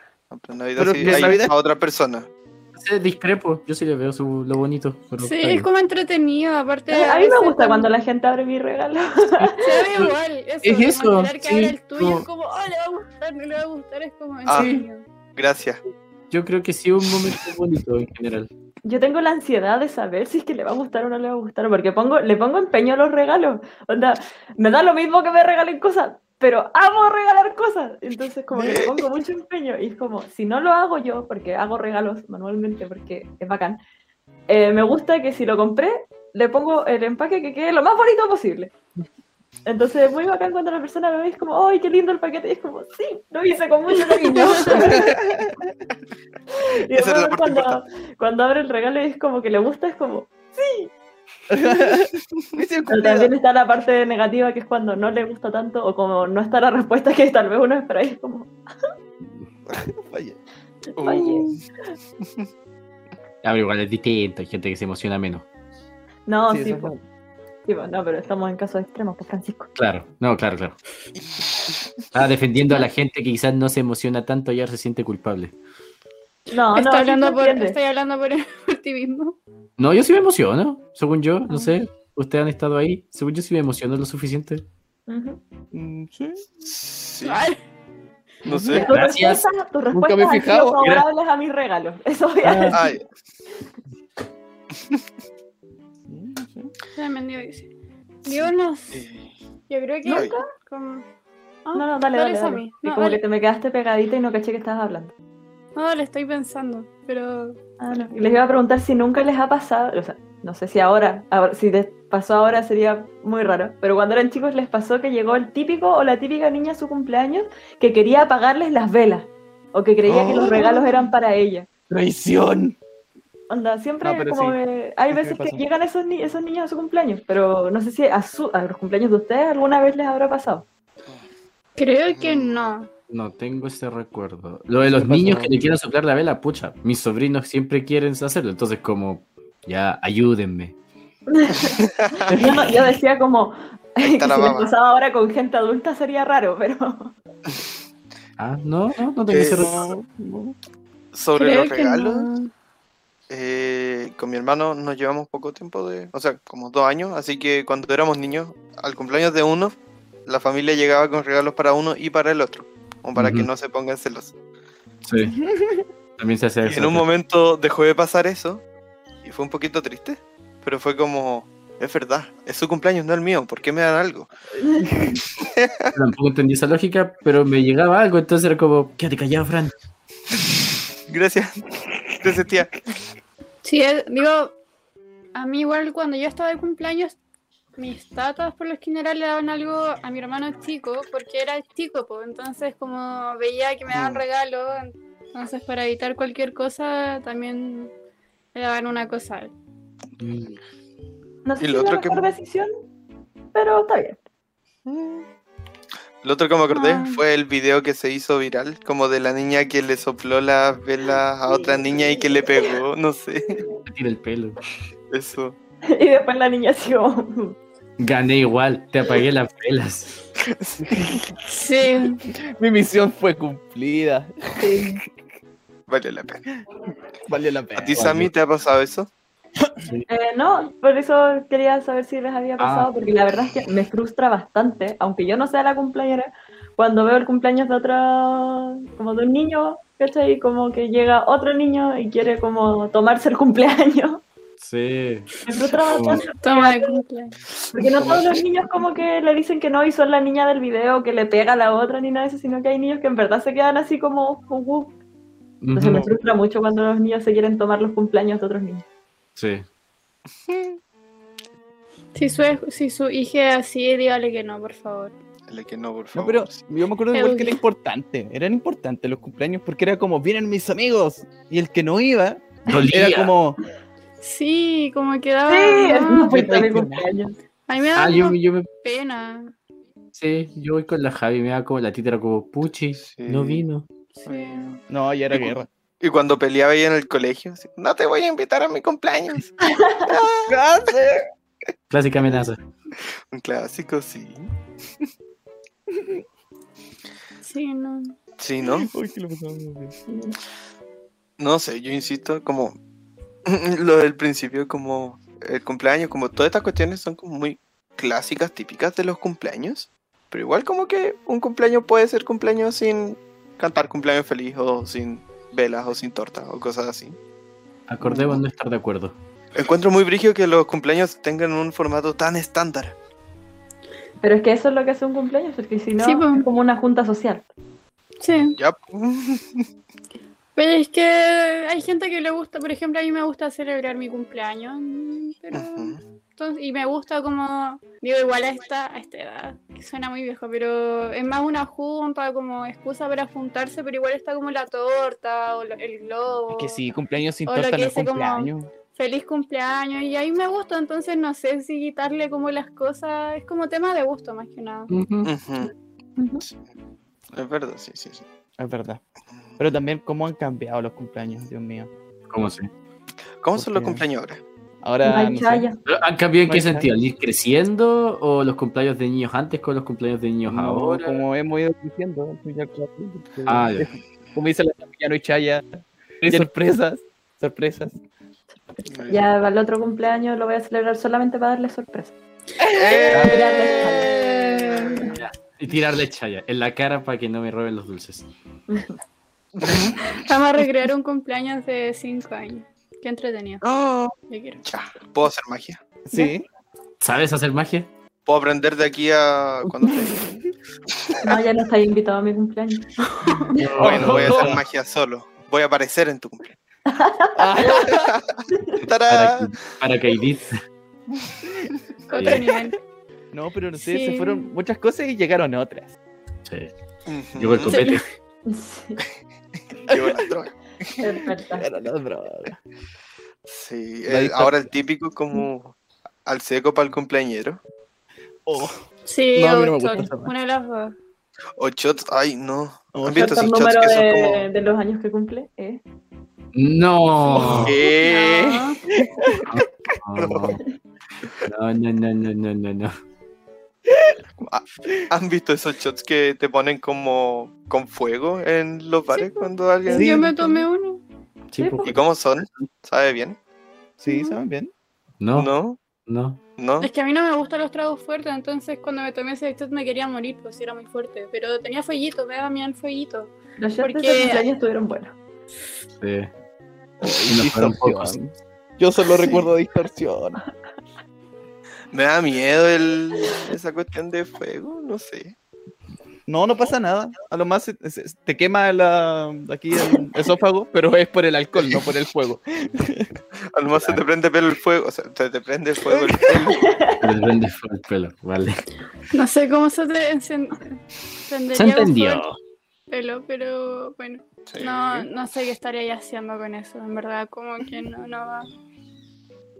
Speaker 1: En Navidad
Speaker 7: Pero
Speaker 1: sí
Speaker 7: en
Speaker 1: hay
Speaker 7: Navidad-
Speaker 1: a otra persona.
Speaker 6: Entonces, discrepo. Yo sí le veo su, lo bonito. pero
Speaker 4: Sí,
Speaker 6: está
Speaker 4: es
Speaker 6: bien.
Speaker 4: como entretenido, aparte.
Speaker 5: Eh, A mí
Speaker 4: veces
Speaker 5: me gusta
Speaker 4: como-
Speaker 5: cuando la gente abre mi regalo.
Speaker 4: Se ve igual, eso.
Speaker 6: Es
Speaker 4: como
Speaker 6: eso,
Speaker 4: esperar que abra
Speaker 6: sí,
Speaker 4: el tuyo
Speaker 6: como-
Speaker 4: es como, oh, le va a gustar, no le va a gustar, es como.
Speaker 1: Ah.
Speaker 4: entretenido.
Speaker 1: Gracias.
Speaker 6: Yo creo que sí, un momento bonito en general.
Speaker 5: Yo tengo la ansiedad de saber si es que le va a gustar o no le va a gustar, porque pongo, le pongo empeño a los regalos. Onda, me da lo mismo que me regalen cosas, pero amo regalar cosas. Entonces, como que le pongo mucho empeño. Y es como, si no lo hago yo, porque hago regalos manualmente, porque es bacán, eh, me gusta que si lo compré, le pongo el empaque que quede lo más bonito posible. Entonces, es muy bacán cuando la persona lo ve y es como, ¡ay, qué lindo el paquete! Y es como, sí, lo hice con mucho cariño. Y
Speaker 1: Esa era la
Speaker 5: después
Speaker 1: parte
Speaker 5: cuando, cuando abre el regalo y es como que le gusta, es como.
Speaker 7: Me hice el
Speaker 5: Pero
Speaker 7: cumpleaños.
Speaker 5: también está la parte negativa que es cuando no le gusta tanto o como no está la respuesta que tal vez uno espera y es como.
Speaker 7: Vaya.
Speaker 5: Oye.
Speaker 6: Ah, pero igual es distinto. Hay gente que se emociona menos.
Speaker 5: No,
Speaker 7: Sí,
Speaker 5: sí,
Speaker 7: eso es
Speaker 5: pues,
Speaker 7: como-
Speaker 5: sí, pues, no, pero estamos en casos extremos, pues Francisco.
Speaker 6: Claro, no, claro, claro. Estaba defendiendo a la gente que quizás no se emociona tanto y ahora se siente culpable.
Speaker 5: No, no,
Speaker 4: Estoy,
Speaker 5: sí
Speaker 4: hablando
Speaker 5: se
Speaker 4: por,
Speaker 5: entiende.
Speaker 4: estoy hablando por, por ti mismo.
Speaker 6: No, yo sí me emociono, según yo, no sé. Ustedes han estado ahí. Según yo sí me emociono lo suficiente.
Speaker 5: Ujú.
Speaker 7: Mm, sí.
Speaker 1: Sí,
Speaker 4: Ay,
Speaker 1: no
Speaker 5: Y
Speaker 1: sé.
Speaker 5: Tus
Speaker 6: Gracias.
Speaker 5: respuestas, tus
Speaker 7: Nunca me
Speaker 5: respuestas
Speaker 7: he
Speaker 5: han sido
Speaker 7: fijado.
Speaker 5: favorables a mis regalos. Eso voy a
Speaker 6: Ah.
Speaker 5: decir.
Speaker 1: Ay,
Speaker 7: Mm, sí.
Speaker 4: tremendo, dice. Yo no sé.
Speaker 1: eh,
Speaker 4: Yo creo que.
Speaker 1: Javi,
Speaker 4: como-
Speaker 5: No, no, dale,
Speaker 4: Dale,
Speaker 5: dale. dale.
Speaker 4: Sammy.
Speaker 5: Y
Speaker 4: No,
Speaker 5: como
Speaker 4: dale.
Speaker 5: que te me quedaste pegadita y no caché que estabas hablando.
Speaker 4: No, le estoy pensando, pero.
Speaker 5: Ah, no. Les iba a preguntar si nunca les ha pasado, o sea, no sé si ahora, ahora- si les pasó ahora sería muy raro, pero cuando eran chicos les pasó que llegó el típico o la típica niña a su cumpleaños que quería apagarles las velas o que creía que los
Speaker 7: Oh.
Speaker 5: regalos eran para ella.
Speaker 7: Traición.
Speaker 5: Onda, siempre
Speaker 7: No, pero
Speaker 5: como
Speaker 7: sí.
Speaker 5: que hay
Speaker 7: Sí, sí me
Speaker 5: veces que
Speaker 7: pasó.
Speaker 5: llegan esos, ni- esos niños a su cumpleaños, pero no sé si a, su- a los cumpleaños de ustedes alguna vez les habrá pasado.
Speaker 1: Mm.
Speaker 4: Creo que no.
Speaker 6: No tengo ese recuerdo. Lo de los niños que le quieren soplar la vela, pucha, mis sobrinos siempre quieren hacerlo, entonces como, ya, ayúdenme.
Speaker 5: Yo, no- yo decía como,
Speaker 1: Ahí está
Speaker 5: que
Speaker 1: la
Speaker 5: si me
Speaker 1: baba.
Speaker 5: pasaba ahora con gente adulta sería raro, pero
Speaker 6: Ah, no, no, no tengo ese
Speaker 1: Eh,
Speaker 6: recuerdo.
Speaker 1: Sobre
Speaker 4: Creo
Speaker 1: los
Speaker 4: que
Speaker 1: regalos,
Speaker 4: no.
Speaker 1: eh, con mi hermano nos llevamos poco tiempo de. O sea, como dos años. Así que cuando éramos niños, al cumpleaños de uno, la familia llegaba con regalos para uno y para el otro. Como para que
Speaker 6: Ujú.
Speaker 1: no se pongan celosos.
Speaker 6: Sí. También se hace
Speaker 1: Y
Speaker 6: eso.
Speaker 1: en un momento dejó de pasar eso. Y fue un poquito triste. Pero fue como. Es verdad, es su cumpleaños, no el mío. ¿Por qué me dan algo?
Speaker 6: Tampoco entendí esa lógica, pero me llegaba algo, entonces era como, quédate callado, Fran.
Speaker 1: Gracias. Gracias, tía.
Speaker 4: Sí, es- digo, a mí igual cuando yo estaba de cumpleaños, mis tatas por los general le daban algo a mi hermano chico, porque era chico, pues entonces como veía que me daban
Speaker 1: Mm.
Speaker 4: regalo, entonces para evitar cualquier cosa también le daban una cosa. a él.
Speaker 6: Mm.
Speaker 5: no sé
Speaker 1: Y
Speaker 5: si
Speaker 1: lo
Speaker 5: es
Speaker 1: otro
Speaker 5: la
Speaker 1: que-
Speaker 5: mejor decisión, pero está bien.
Speaker 1: Mm. Lo otro que me acordé
Speaker 7: Ah.
Speaker 4: Ay.
Speaker 1: fue el video que se hizo viral, como de la niña que le sopló las velas a otra niña y que le pegó, no sé,
Speaker 6: Me tira el pelo.
Speaker 1: eso.
Speaker 5: Y después la niña así como,
Speaker 6: Gané igual, te apagué las velas.
Speaker 4: Sí,
Speaker 7: Mi misión fue cumplida.
Speaker 1: Vale la pena.
Speaker 7: Vale la
Speaker 1: ¿A
Speaker 7: pena.
Speaker 1: ti, Sammy, te ha pasado eso?
Speaker 5: Eh, no, por eso quería saber si les había pasado,
Speaker 6: Ah.
Speaker 5: porque la verdad es que me frustra bastante, aunque yo no sea la cumpleañera, cuando veo el cumpleaños de otra, como de un niño, ¿cachai? Como que llega otro niño y quiere como tomarse el cumpleaños.
Speaker 6: Sí.
Speaker 5: Me frustra bastante,
Speaker 4: toma de cumpleaños.
Speaker 5: porque no todos los niños como que le dicen que no y son la niña del video que le pega a la otra ni nada de eso, sino que hay niños que en verdad se quedan así como... "Uh, uh". Entonces me
Speaker 6: Ujú.
Speaker 5: frustra mucho cuando los niños se quieren tomar los cumpleaños de otros niños.
Speaker 6: Sí.
Speaker 4: Si su, si su hija es así, dígale que no, por favor.
Speaker 1: El que no, por
Speaker 7: No,
Speaker 1: favor.
Speaker 7: pero yo me acuerdo de
Speaker 4: Pero-
Speaker 7: igual que era importante. Eran importantes los cumpleaños porque era como, vienen mis amigos. Y el que no iba,
Speaker 6: Dolía.
Speaker 7: era como,
Speaker 4: Sí, como quedaba...
Speaker 5: Sí,
Speaker 4: Ah, no,
Speaker 5: no fuiste a mi
Speaker 7: Perfecto.
Speaker 5: cumpleaños.
Speaker 4: a mí me da
Speaker 6: Ah, yo,
Speaker 4: como
Speaker 6: yo me...
Speaker 4: pena.
Speaker 6: Sí, yo voy con la Javi, me da como la títera como, puchi,
Speaker 1: Sí.
Speaker 6: no vino.
Speaker 4: Sí.
Speaker 7: no, ya era guerra.
Speaker 1: Y cuando peleaba ahí en el colegio, así, no te voy a invitar a mi cumpleaños.
Speaker 6: Clásica amenaza.
Speaker 1: Un clásico, sí.
Speaker 4: Sí, no.
Speaker 1: Sí, ¿no?
Speaker 7: Uy, que lo pasamos bien.
Speaker 1: No sé, yo insisto, como lo del principio, como el cumpleaños, como todas estas cuestiones son como muy clásicas, típicas de los cumpleaños. Pero igual como que un cumpleaños puede ser cumpleaños sin cantar cumpleaños feliz o sin velas o sin torta o cosas así.
Speaker 6: Acordemos no estar de acuerdo.
Speaker 1: Encuentro muy brígido que los cumpleaños tengan un formato tan estándar.
Speaker 5: Pero es que eso es lo que hace un cumpleaños, porque si no,
Speaker 4: Sí, pues. po.
Speaker 5: es como una junta social.
Speaker 4: Sí.
Speaker 1: Ya.
Speaker 4: Pero es que hay gente que le gusta, por ejemplo, a mí me gusta celebrar mi cumpleaños. mm, Pero,
Speaker 1: Ujú.
Speaker 4: entonces- y me gusta como, digo, igual a esta, a esta edad, que suena muy viejo, pero es más una junta como excusa para juntarse, pero igual está como la torta o lo- el globo.
Speaker 7: Es que sí, cumpleaños sin
Speaker 4: O lo
Speaker 7: torta
Speaker 4: que
Speaker 7: no es
Speaker 4: dice como-
Speaker 7: cumpleaños.
Speaker 4: Feliz cumpleaños y a mí me gusta, entonces no sé si quitarle como las cosas, es como tema de gusto más que nada.
Speaker 7: Mm.
Speaker 1: Ujú.
Speaker 5: Ujú.
Speaker 1: Sí. Es verdad, sí, sí, sí.
Speaker 7: Es verdad. Pero también cómo han cambiado los cumpleaños, Dios mío.
Speaker 6: ¿Cómo sí?
Speaker 1: ¿Cómo son los
Speaker 7: Porque-
Speaker 1: cumpleaños ahora?
Speaker 5: No
Speaker 7: Ahora
Speaker 5: hay
Speaker 7: no sé,
Speaker 5: chaya.
Speaker 6: Pero, ¿Han cambiado en qué
Speaker 7: Ahí está.
Speaker 6: sentido? ¿Al ir creciendo o los cumpleaños de niños antes con los cumpleaños de niños
Speaker 7: no,
Speaker 6: ahora?
Speaker 7: como hemos ido diciendo, pues ya claro, porque-
Speaker 6: Ah, ya.
Speaker 7: como dice la ya no hay chaya, hay sorpresas, sorpresas.
Speaker 5: Ya va el otro cumpleaños, lo voy a celebrar solamente para darle sorpresa.
Speaker 1: Eh.
Speaker 6: Y tirarle chaya en la cara para que no me roben los dulces.
Speaker 4: Vamos a recrear un cumpleaños de 5 años. Qué entretenido.
Speaker 1: Oh,
Speaker 4: Yo quiero.
Speaker 1: ya. ¿Puedo hacer magia?
Speaker 7: Sí,
Speaker 6: ¿Sabes hacer magia?
Speaker 1: Puedo aprender de aquí a cuando te-
Speaker 5: No, ya no está invitado a mi cumpleaños.
Speaker 1: Bueno, voy a hacer magia solo. Voy a aparecer en tu cumpleaños.
Speaker 7: Ah.
Speaker 6: Para,
Speaker 1: ¡Tarán!
Speaker 6: para
Speaker 4: Otro nivel.
Speaker 7: no, pero no sé, se
Speaker 4: Sí.
Speaker 7: fueron muchas cosas y llegaron otras.
Speaker 6: Sí.
Speaker 1: Ujú.
Speaker 6: Llegó el copete.
Speaker 5: Sí,
Speaker 1: Llegó la droga.
Speaker 5: es verdad.
Speaker 7: Llegaron las drogas.
Speaker 1: Sí,
Speaker 7: La
Speaker 1: el-
Speaker 7: distancia.
Speaker 1: ahora el típico como al seco para el cumpleañero.
Speaker 7: Oh,
Speaker 4: Sí,
Speaker 7: No, a mí
Speaker 4: o
Speaker 7: no me gusta
Speaker 4: Chol,
Speaker 7: esa parte.
Speaker 4: una de las dos.
Speaker 1: O shots, ay, no.
Speaker 7: O
Speaker 1: ¿Han
Speaker 7: shot
Speaker 1: visto
Speaker 5: Falta
Speaker 1: esos
Speaker 5: el
Speaker 1: shots
Speaker 5: número
Speaker 1: que son
Speaker 5: de,
Speaker 1: como...
Speaker 5: de los años que cumple. ¿eh?
Speaker 6: No.
Speaker 1: ¿Qué?
Speaker 4: No.
Speaker 6: No, no, no, no, no, no, no.
Speaker 1: ¿Han visto esos shots que te ponen como con fuego en los bares cuando alguien...
Speaker 7: Sí.
Speaker 4: Yo me tomé uno.
Speaker 6: Sí, po.
Speaker 1: ¿Y cómo son? ¿Sabe bien?
Speaker 7: Sí, ¿saben bien?
Speaker 6: No, no,
Speaker 1: ¿No?
Speaker 6: no.
Speaker 1: ¿No?
Speaker 4: Es que a mí no me gustan los tragos fuertes, entonces cuando me tomé ese shot me quería morir, pues era muy fuerte. Pero tenía fueguito, me daba miedo el fueguito.
Speaker 5: Los shots de
Speaker 4: Porque-
Speaker 5: ese cumpleaños estuvieron buenos.
Speaker 6: Sí. Y nos fueron pocos.
Speaker 7: Distorsión. Yo solo recuerdo distorsión.
Speaker 1: Me da miedo el... esa cuestión de fuego, no sé.
Speaker 7: No, no pasa nada. A lo más se- se- te quema la, aquí el esófago, pero es por el alcohol, no por el fuego.
Speaker 1: A lo mejor se te prende pelo el fuego, o sea, se te prende el fuego el pelo.
Speaker 6: El duende fue el pelo, vale.
Speaker 4: No sé cómo se te encen- encendería
Speaker 6: Se
Speaker 4: un
Speaker 6: entendió.
Speaker 4: fuego el pelo, pero bueno,
Speaker 1: Sí.
Speaker 4: no, no sé qué estaría yo haciendo con eso, en verdad, como que no, no va.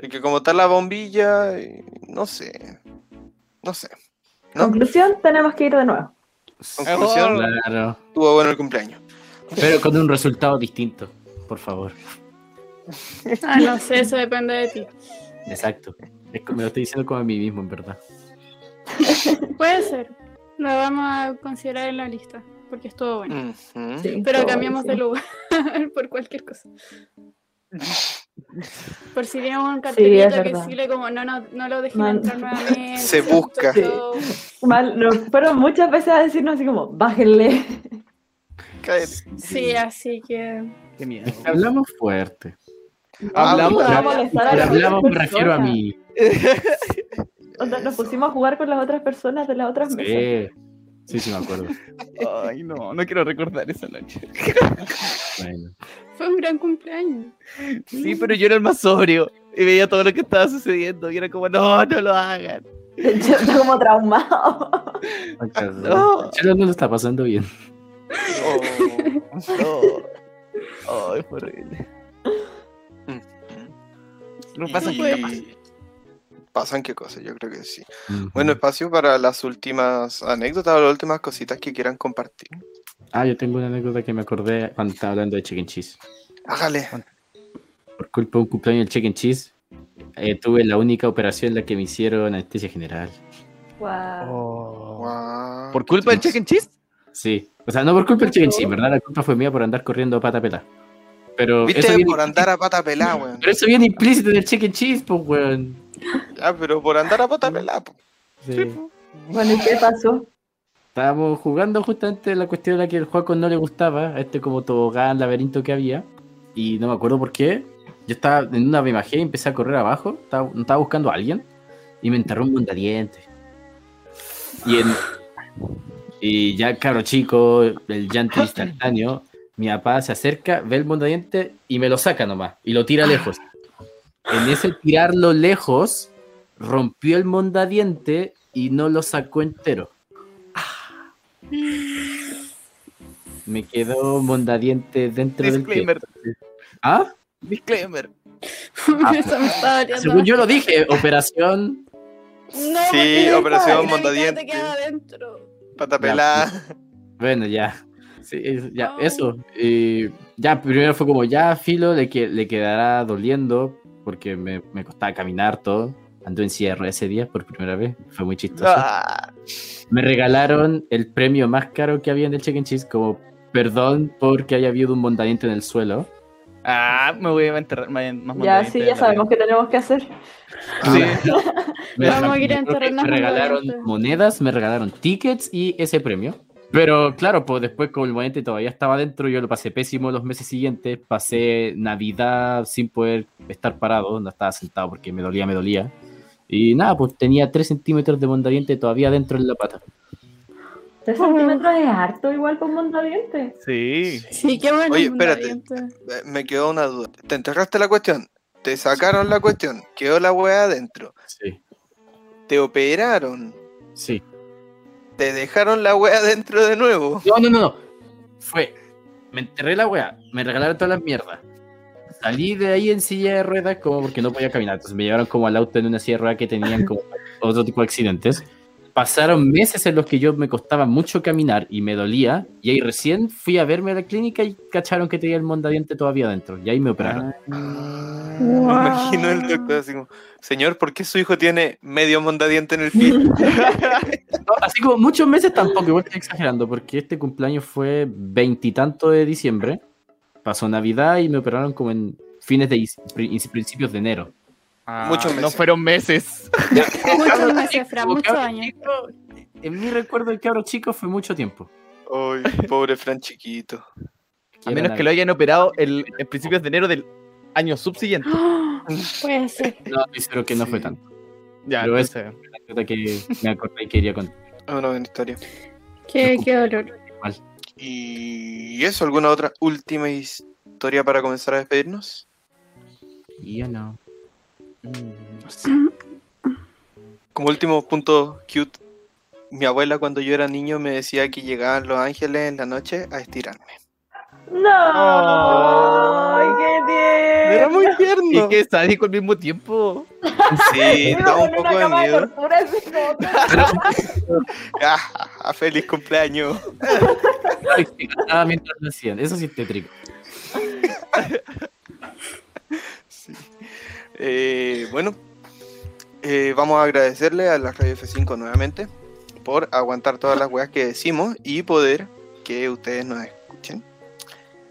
Speaker 1: Es que como está la bombilla, eh, no sé. No sé. ¿No?
Speaker 5: Conclusión, tenemos que ir de nuevo.
Speaker 1: Conclusión,
Speaker 6: Claro.
Speaker 1: tuvo bueno el cumpleaños.
Speaker 6: Pero con un resultado distinto, por favor.
Speaker 4: Ah, no sé, eso depende de ti.
Speaker 6: Exacto. Es que me lo estoy diciendo como a mí mismo, en verdad.
Speaker 4: Puede ser, lo vamos a considerar en la lista, porque estuvo bueno.
Speaker 1: Ujú.
Speaker 5: Sí,
Speaker 4: Pero
Speaker 5: todo
Speaker 4: cambiamos de
Speaker 5: buenísimo.
Speaker 4: lugar por cualquier cosa. Por si tiene un
Speaker 5: Sí,
Speaker 4: cartelito
Speaker 5: es
Speaker 4: que
Speaker 5: verdad.
Speaker 4: decirle como no, no, no lo dejen
Speaker 5: No, no.
Speaker 4: entrar nuevamente.
Speaker 1: Se busca.
Speaker 4: esto-
Speaker 5: Mal, nos fueron muchas veces a decirnos así como, bájenle.
Speaker 1: Cállate.
Speaker 4: Sí, así que
Speaker 7: Qué miedo.
Speaker 6: Es que hablamos fuerte.
Speaker 5: Vamos
Speaker 7: Hablamos-
Speaker 5: a
Speaker 6: Pero-
Speaker 5: molestar a
Speaker 6: pero
Speaker 5: las
Speaker 6: hablamos me
Speaker 5: otras
Speaker 6: refiero a
Speaker 5: personas.
Speaker 6: mí.
Speaker 5: Onda, nos pusimos a jugar con las otras personas de las otras mesas.
Speaker 6: Sí. Sí, sí, me acuerdo.
Speaker 7: Ay, no, no quiero recordar esa noche.
Speaker 6: Bueno.
Speaker 4: fue un gran cumpleaños.
Speaker 7: Sí, pero yo era el más sobrio y veía todo lo que estaba sucediendo y era como, no, no lo hagan.
Speaker 5: Yo estoy como traumado.
Speaker 7: No.
Speaker 6: Chelo no lo está pasando bien.
Speaker 1: Oh.
Speaker 7: No. Ay, fue horrible. Mm. No pasa
Speaker 1: Y-
Speaker 7: nada.
Speaker 1: Pasan qué cosas, yo creo que sí.
Speaker 6: Ujú.
Speaker 1: Bueno, espacio para las últimas anécdotas o las últimas cositas que quieran compartir.
Speaker 6: Ah, yo tengo una anécdota que me acordé cuando estaba hablando de chicken cheese.
Speaker 1: Hágale.
Speaker 6: Por culpa de un cumpleaños del chicken cheese, eh, tuve la única operación en la que me hicieron anestesia general.
Speaker 1: Oh.
Speaker 5: Wow.
Speaker 6: Oh.
Speaker 1: Guau.
Speaker 7: ¿Por culpa del chicken cheese?
Speaker 6: Sí. O sea, no por culpa del chicken cheese, ¿verdad? La culpa fue mía por andar corriendo a pata pelada. Pero eso,
Speaker 1: Viste,
Speaker 6: viene,
Speaker 1: por andar a pata pelada, weón.
Speaker 6: pero eso viene implícito en el chicken cheese, pues, weón.
Speaker 1: Ya, Ah, pero por andar a pata pelada, po.
Speaker 6: Sí.
Speaker 5: Bueno, ¿y qué pasó?
Speaker 6: Estábamos jugando justamente la cuestión de la que el Juaco no le gustaba, este como tobogán, laberinto que había, y no me acuerdo por qué. Yo estaba en una me bajé y empecé a correr abajo, estaba, estaba buscando a alguien, y me enterró un mondadiente. Y, en- y ya, caro chico, el llanto instantáneo, mi papá se acerca, ve el mondadiente y me lo saca nomás, y lo tira lejos. En ese tirarlo lejos, rompió el mondadiente y no lo sacó entero. Me quedó mondadiente dentro del
Speaker 7: Disclaimer,
Speaker 6: pie. ¿Ah?
Speaker 7: disclaimer.
Speaker 1: Ah.
Speaker 4: Eso me estaba doliendo.
Speaker 6: Según yo lo dije, operación.
Speaker 4: No,
Speaker 1: Sí,
Speaker 4: porque yo
Speaker 1: operación
Speaker 4: estaba- la mitad
Speaker 1: mondadiente.
Speaker 4: te queda adentro.
Speaker 1: Pata pelada.
Speaker 7: pues,
Speaker 6: Bueno, ya. Sí, es- ya,
Speaker 4: Oh.
Speaker 6: eso. Y ya, primero fue como ya filo, le, que, le quedará doliendo porque me, me costaba caminar todo. Anduve en cierre ese día por primera vez. Fue muy chistoso.
Speaker 7: Ah,
Speaker 6: Me regalaron el premio más caro que había en el Chicken Cheese, como perdón porque haya habido un mondadiente en el suelo.
Speaker 7: ah, me voy a Ah, enterrar más más
Speaker 5: Ya
Speaker 7: mondadiente
Speaker 5: sí,
Speaker 7: de
Speaker 5: ya
Speaker 7: la
Speaker 5: sabemos qué tenemos que hacer.
Speaker 7: Sí.
Speaker 6: Me,
Speaker 4: Vamos a ir a
Speaker 6: yo creo que
Speaker 4: enterrarnos
Speaker 6: me regalaron
Speaker 4: juntos.
Speaker 6: monedas, me regalaron tickets y ese premio. Pero claro, pues después como el monete todavía estaba dentro, yo lo pasé pésimo los meses siguientes, pasé Navidad sin poder estar parado, no estaba sentado porque me dolía, me dolía. Y nada, pues tenía 3 centímetros de mondadiente todavía dentro en la pata.
Speaker 5: Tres centímetros es harto igual con mondadientes.
Speaker 7: Sí.
Speaker 4: Sí, qué bueno.
Speaker 1: Oye, espérate.
Speaker 4: mondadiente.
Speaker 1: Eh, Me quedó una duda. Te enterraste la cuestión. Te sacaron la cuestión. Quedó la weá adentro.
Speaker 6: Sí,
Speaker 1: Te operaron.
Speaker 6: sí.
Speaker 1: Te dejaron la weá adentro de nuevo.
Speaker 6: No, no, no, no. Fue, me enterré la weá, me regalaron todas las mierdas. Salí de ahí en silla de ruedas como porque no podía caminar. Entonces me llevaron como al auto en una silla de ruedas que tenían como otro tipo de accidentes. Pasaron meses en los que yo me costaba mucho caminar y me dolía. Y ahí recién fui a verme a la clínica y cacharon que tenía el mondadiente todavía adentro. Y ahí me operaron.
Speaker 1: Me imagino el doctor así como, señor, ¿por qué su hijo tiene medio mondadiente en el pie?
Speaker 6: No, así como muchos meses tampoco, igual estoy exagerando, porque este cumpleaños fue veintitanto de diciembre. Pasó Navidad y me operaron como en fines de dic- pri- principios de enero.
Speaker 1: Muchos
Speaker 7: ah, No
Speaker 1: meses.
Speaker 7: fueron meses.
Speaker 4: Muchos meses, Fran,
Speaker 6: Como
Speaker 4: muchos
Speaker 6: cabro
Speaker 4: años.
Speaker 6: chico, En mi recuerdo el cabro chico fue mucho tiempo.
Speaker 1: Ay, pobre Fran chiquito.
Speaker 7: A menos que lo hayan operado el, en principios de enero del año subsiguiente.
Speaker 4: ¡Ah! Puede ser.
Speaker 6: No, estoy seguro que no fue tanto.
Speaker 7: Ya,
Speaker 6: Pero es-
Speaker 7: entonces,
Speaker 6: La anécdota que me acordé y quería contar.
Speaker 1: Es una buena historia.
Speaker 4: Qué, qué dolor.
Speaker 1: ¿Y eso? ¿Alguna otra última historia para comenzar a despedirnos?
Speaker 6: Y yo no. Mm,
Speaker 1: Como último punto cute, mi abuela cuando yo era niño me decía que llegaban los ángeles en la noche a estirarme.
Speaker 5: ¡No! ¡Ay, qué tierno!
Speaker 1: Era muy
Speaker 7: Y
Speaker 1: tierno.
Speaker 7: que sádico al mismo tiempo.
Speaker 1: Sí,
Speaker 5: Uno
Speaker 1: daba un
Speaker 5: con una
Speaker 1: poco de
Speaker 5: cama de
Speaker 1: miedo.
Speaker 5: tortura así como-
Speaker 1: Ah, feliz cumpleaños.
Speaker 6: Ah, mientras lo hacían. Eso sí es tétrico.
Speaker 1: Sí. Eh, bueno, eh, vamos a agradecerle a la Radio F5 nuevamente por aguantar todas las weas que decimos y poder que ustedes nos escuchen.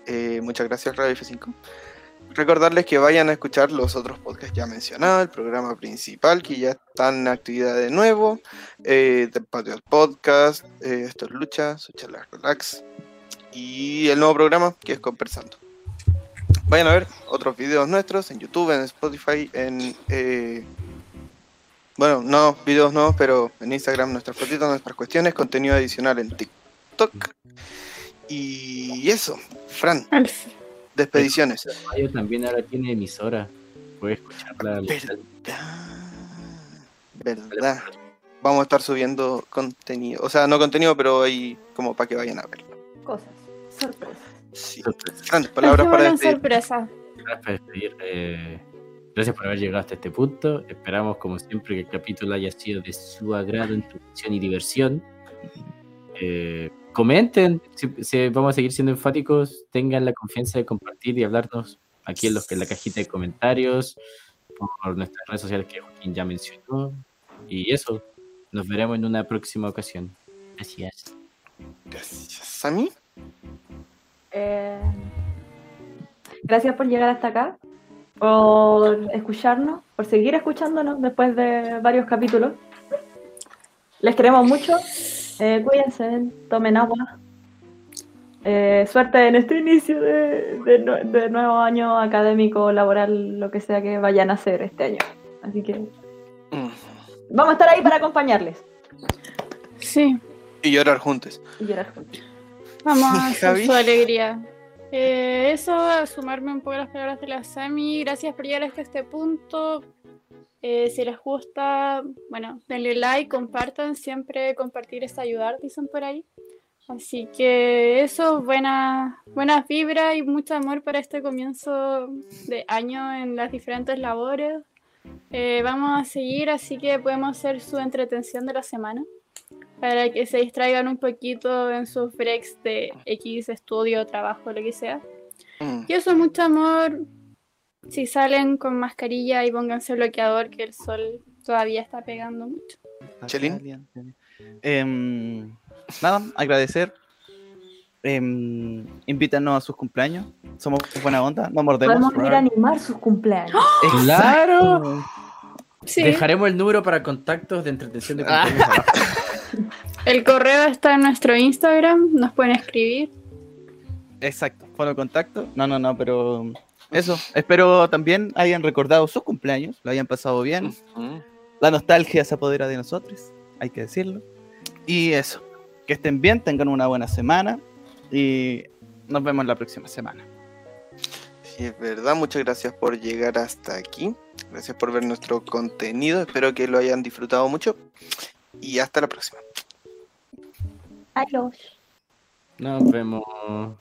Speaker 1: Eh, muchas gracias, Radio F5. Recordarles que vayan a escuchar los otros podcasts ya mencionados, el programa principal que ya está en actividad de nuevo, eh, del Patio del Podcast, eh, Esto es Lucha, su charla relax y el nuevo programa que es Conversando. Vayan a ver otros videos nuestros en YouTube, en Spotify, en... eh, bueno, no, videos no, pero en Instagram nuestras fotitos, nuestras cuestiones, contenido adicional en TikTok. Y eso, Fran,
Speaker 4: Al-
Speaker 1: despediciones.
Speaker 6: Mayo también ahora tiene emisora. Puedes escucharla.
Speaker 1: Pero- ¿Verdad? Vamos a estar subiendo contenido. O sea, no contenido, pero ahí como para que vayan a verlo.
Speaker 5: Cosas, sorpresas.
Speaker 1: Sí. Fran, palabras para
Speaker 4: Fueron
Speaker 1: despedir.
Speaker 4: sorpresa.
Speaker 6: Gracias por despedir, eh, gracias por haber llegado hasta este punto. Esperamos, como siempre, que el capítulo haya sido de su agrado, introducción y diversión. Eh, comenten, si, si vamos a seguir siendo enfáticos, tengan la confianza de compartir y hablarnos aquí en, los, en la cajita de comentarios, por nuestras redes sociales que Joaquín ya mencionó. Y eso, nos veremos en una próxima ocasión. Gracias.
Speaker 1: Gracias a mí.
Speaker 5: Eh, gracias por llegar hasta acá, por escucharnos, por seguir escuchándonos después de varios capítulos. Les queremos mucho. Eh, cuídense, tomen agua. Eh, suerte en este inicio de, de nue- de nuevo año académico, laboral, lo que sea que vayan a hacer este año. Así que
Speaker 1: Mm.
Speaker 5: vamos a estar ahí para acompañarles
Speaker 4: Sí,
Speaker 1: Y llorar juntos.
Speaker 5: y llorar juntos.
Speaker 4: vamos a hacer
Speaker 1: Javi.
Speaker 4: su alegría. Eh, eso, a sumarme un poco a las palabras de la Sami. Gracias por llegar hasta este punto. Eh, si les gusta, bueno, denle like, compartan. Siempre compartir es ayudar, dicen por ahí. Así que eso, buenas buenas vibras y mucho amor para este comienzo de año en las diferentes labores. Eh, vamos a seguir, así que podemos ser su entretención de la semana para que se distraigan un poquito en sus breaks de X estudio, trabajo, lo que sea.
Speaker 1: Mm.
Speaker 4: Y eso, mucho amor. Si salen con mascarilla y pónganse bloqueador, que el sol todavía está pegando mucho.
Speaker 1: Chelín.
Speaker 7: Em, nada, agradecer. Em, invítanos a sus cumpleaños. Somos buena onda, no mordemos.
Speaker 5: Podemos ir a animar sus cumpleaños.
Speaker 7: ¡Ah!
Speaker 6: ¡Claro!
Speaker 4: Sí,
Speaker 6: Dejaremos el número para contactos de entretención de
Speaker 7: Ah.
Speaker 6: cumpleaños abajo.
Speaker 4: el correo está en nuestro Instagram, nos pueden escribir.
Speaker 7: Exacto, follow contacto. No, no, no, pero eso. Espero también hayan recordado sus cumpleaños, lo hayan pasado bien.
Speaker 1: Mm.
Speaker 7: La nostalgia se apodera de nosotros, hay que decirlo. Y eso, que estén bien, tengan una buena semana y nos vemos la próxima semana.
Speaker 1: Sí, es verdad, muchas gracias por llegar hasta aquí. Gracias por ver nuestro contenido. Espero que lo hayan disfrutado mucho. Y hasta la próxima.
Speaker 5: Adiós.
Speaker 6: Nos vemos.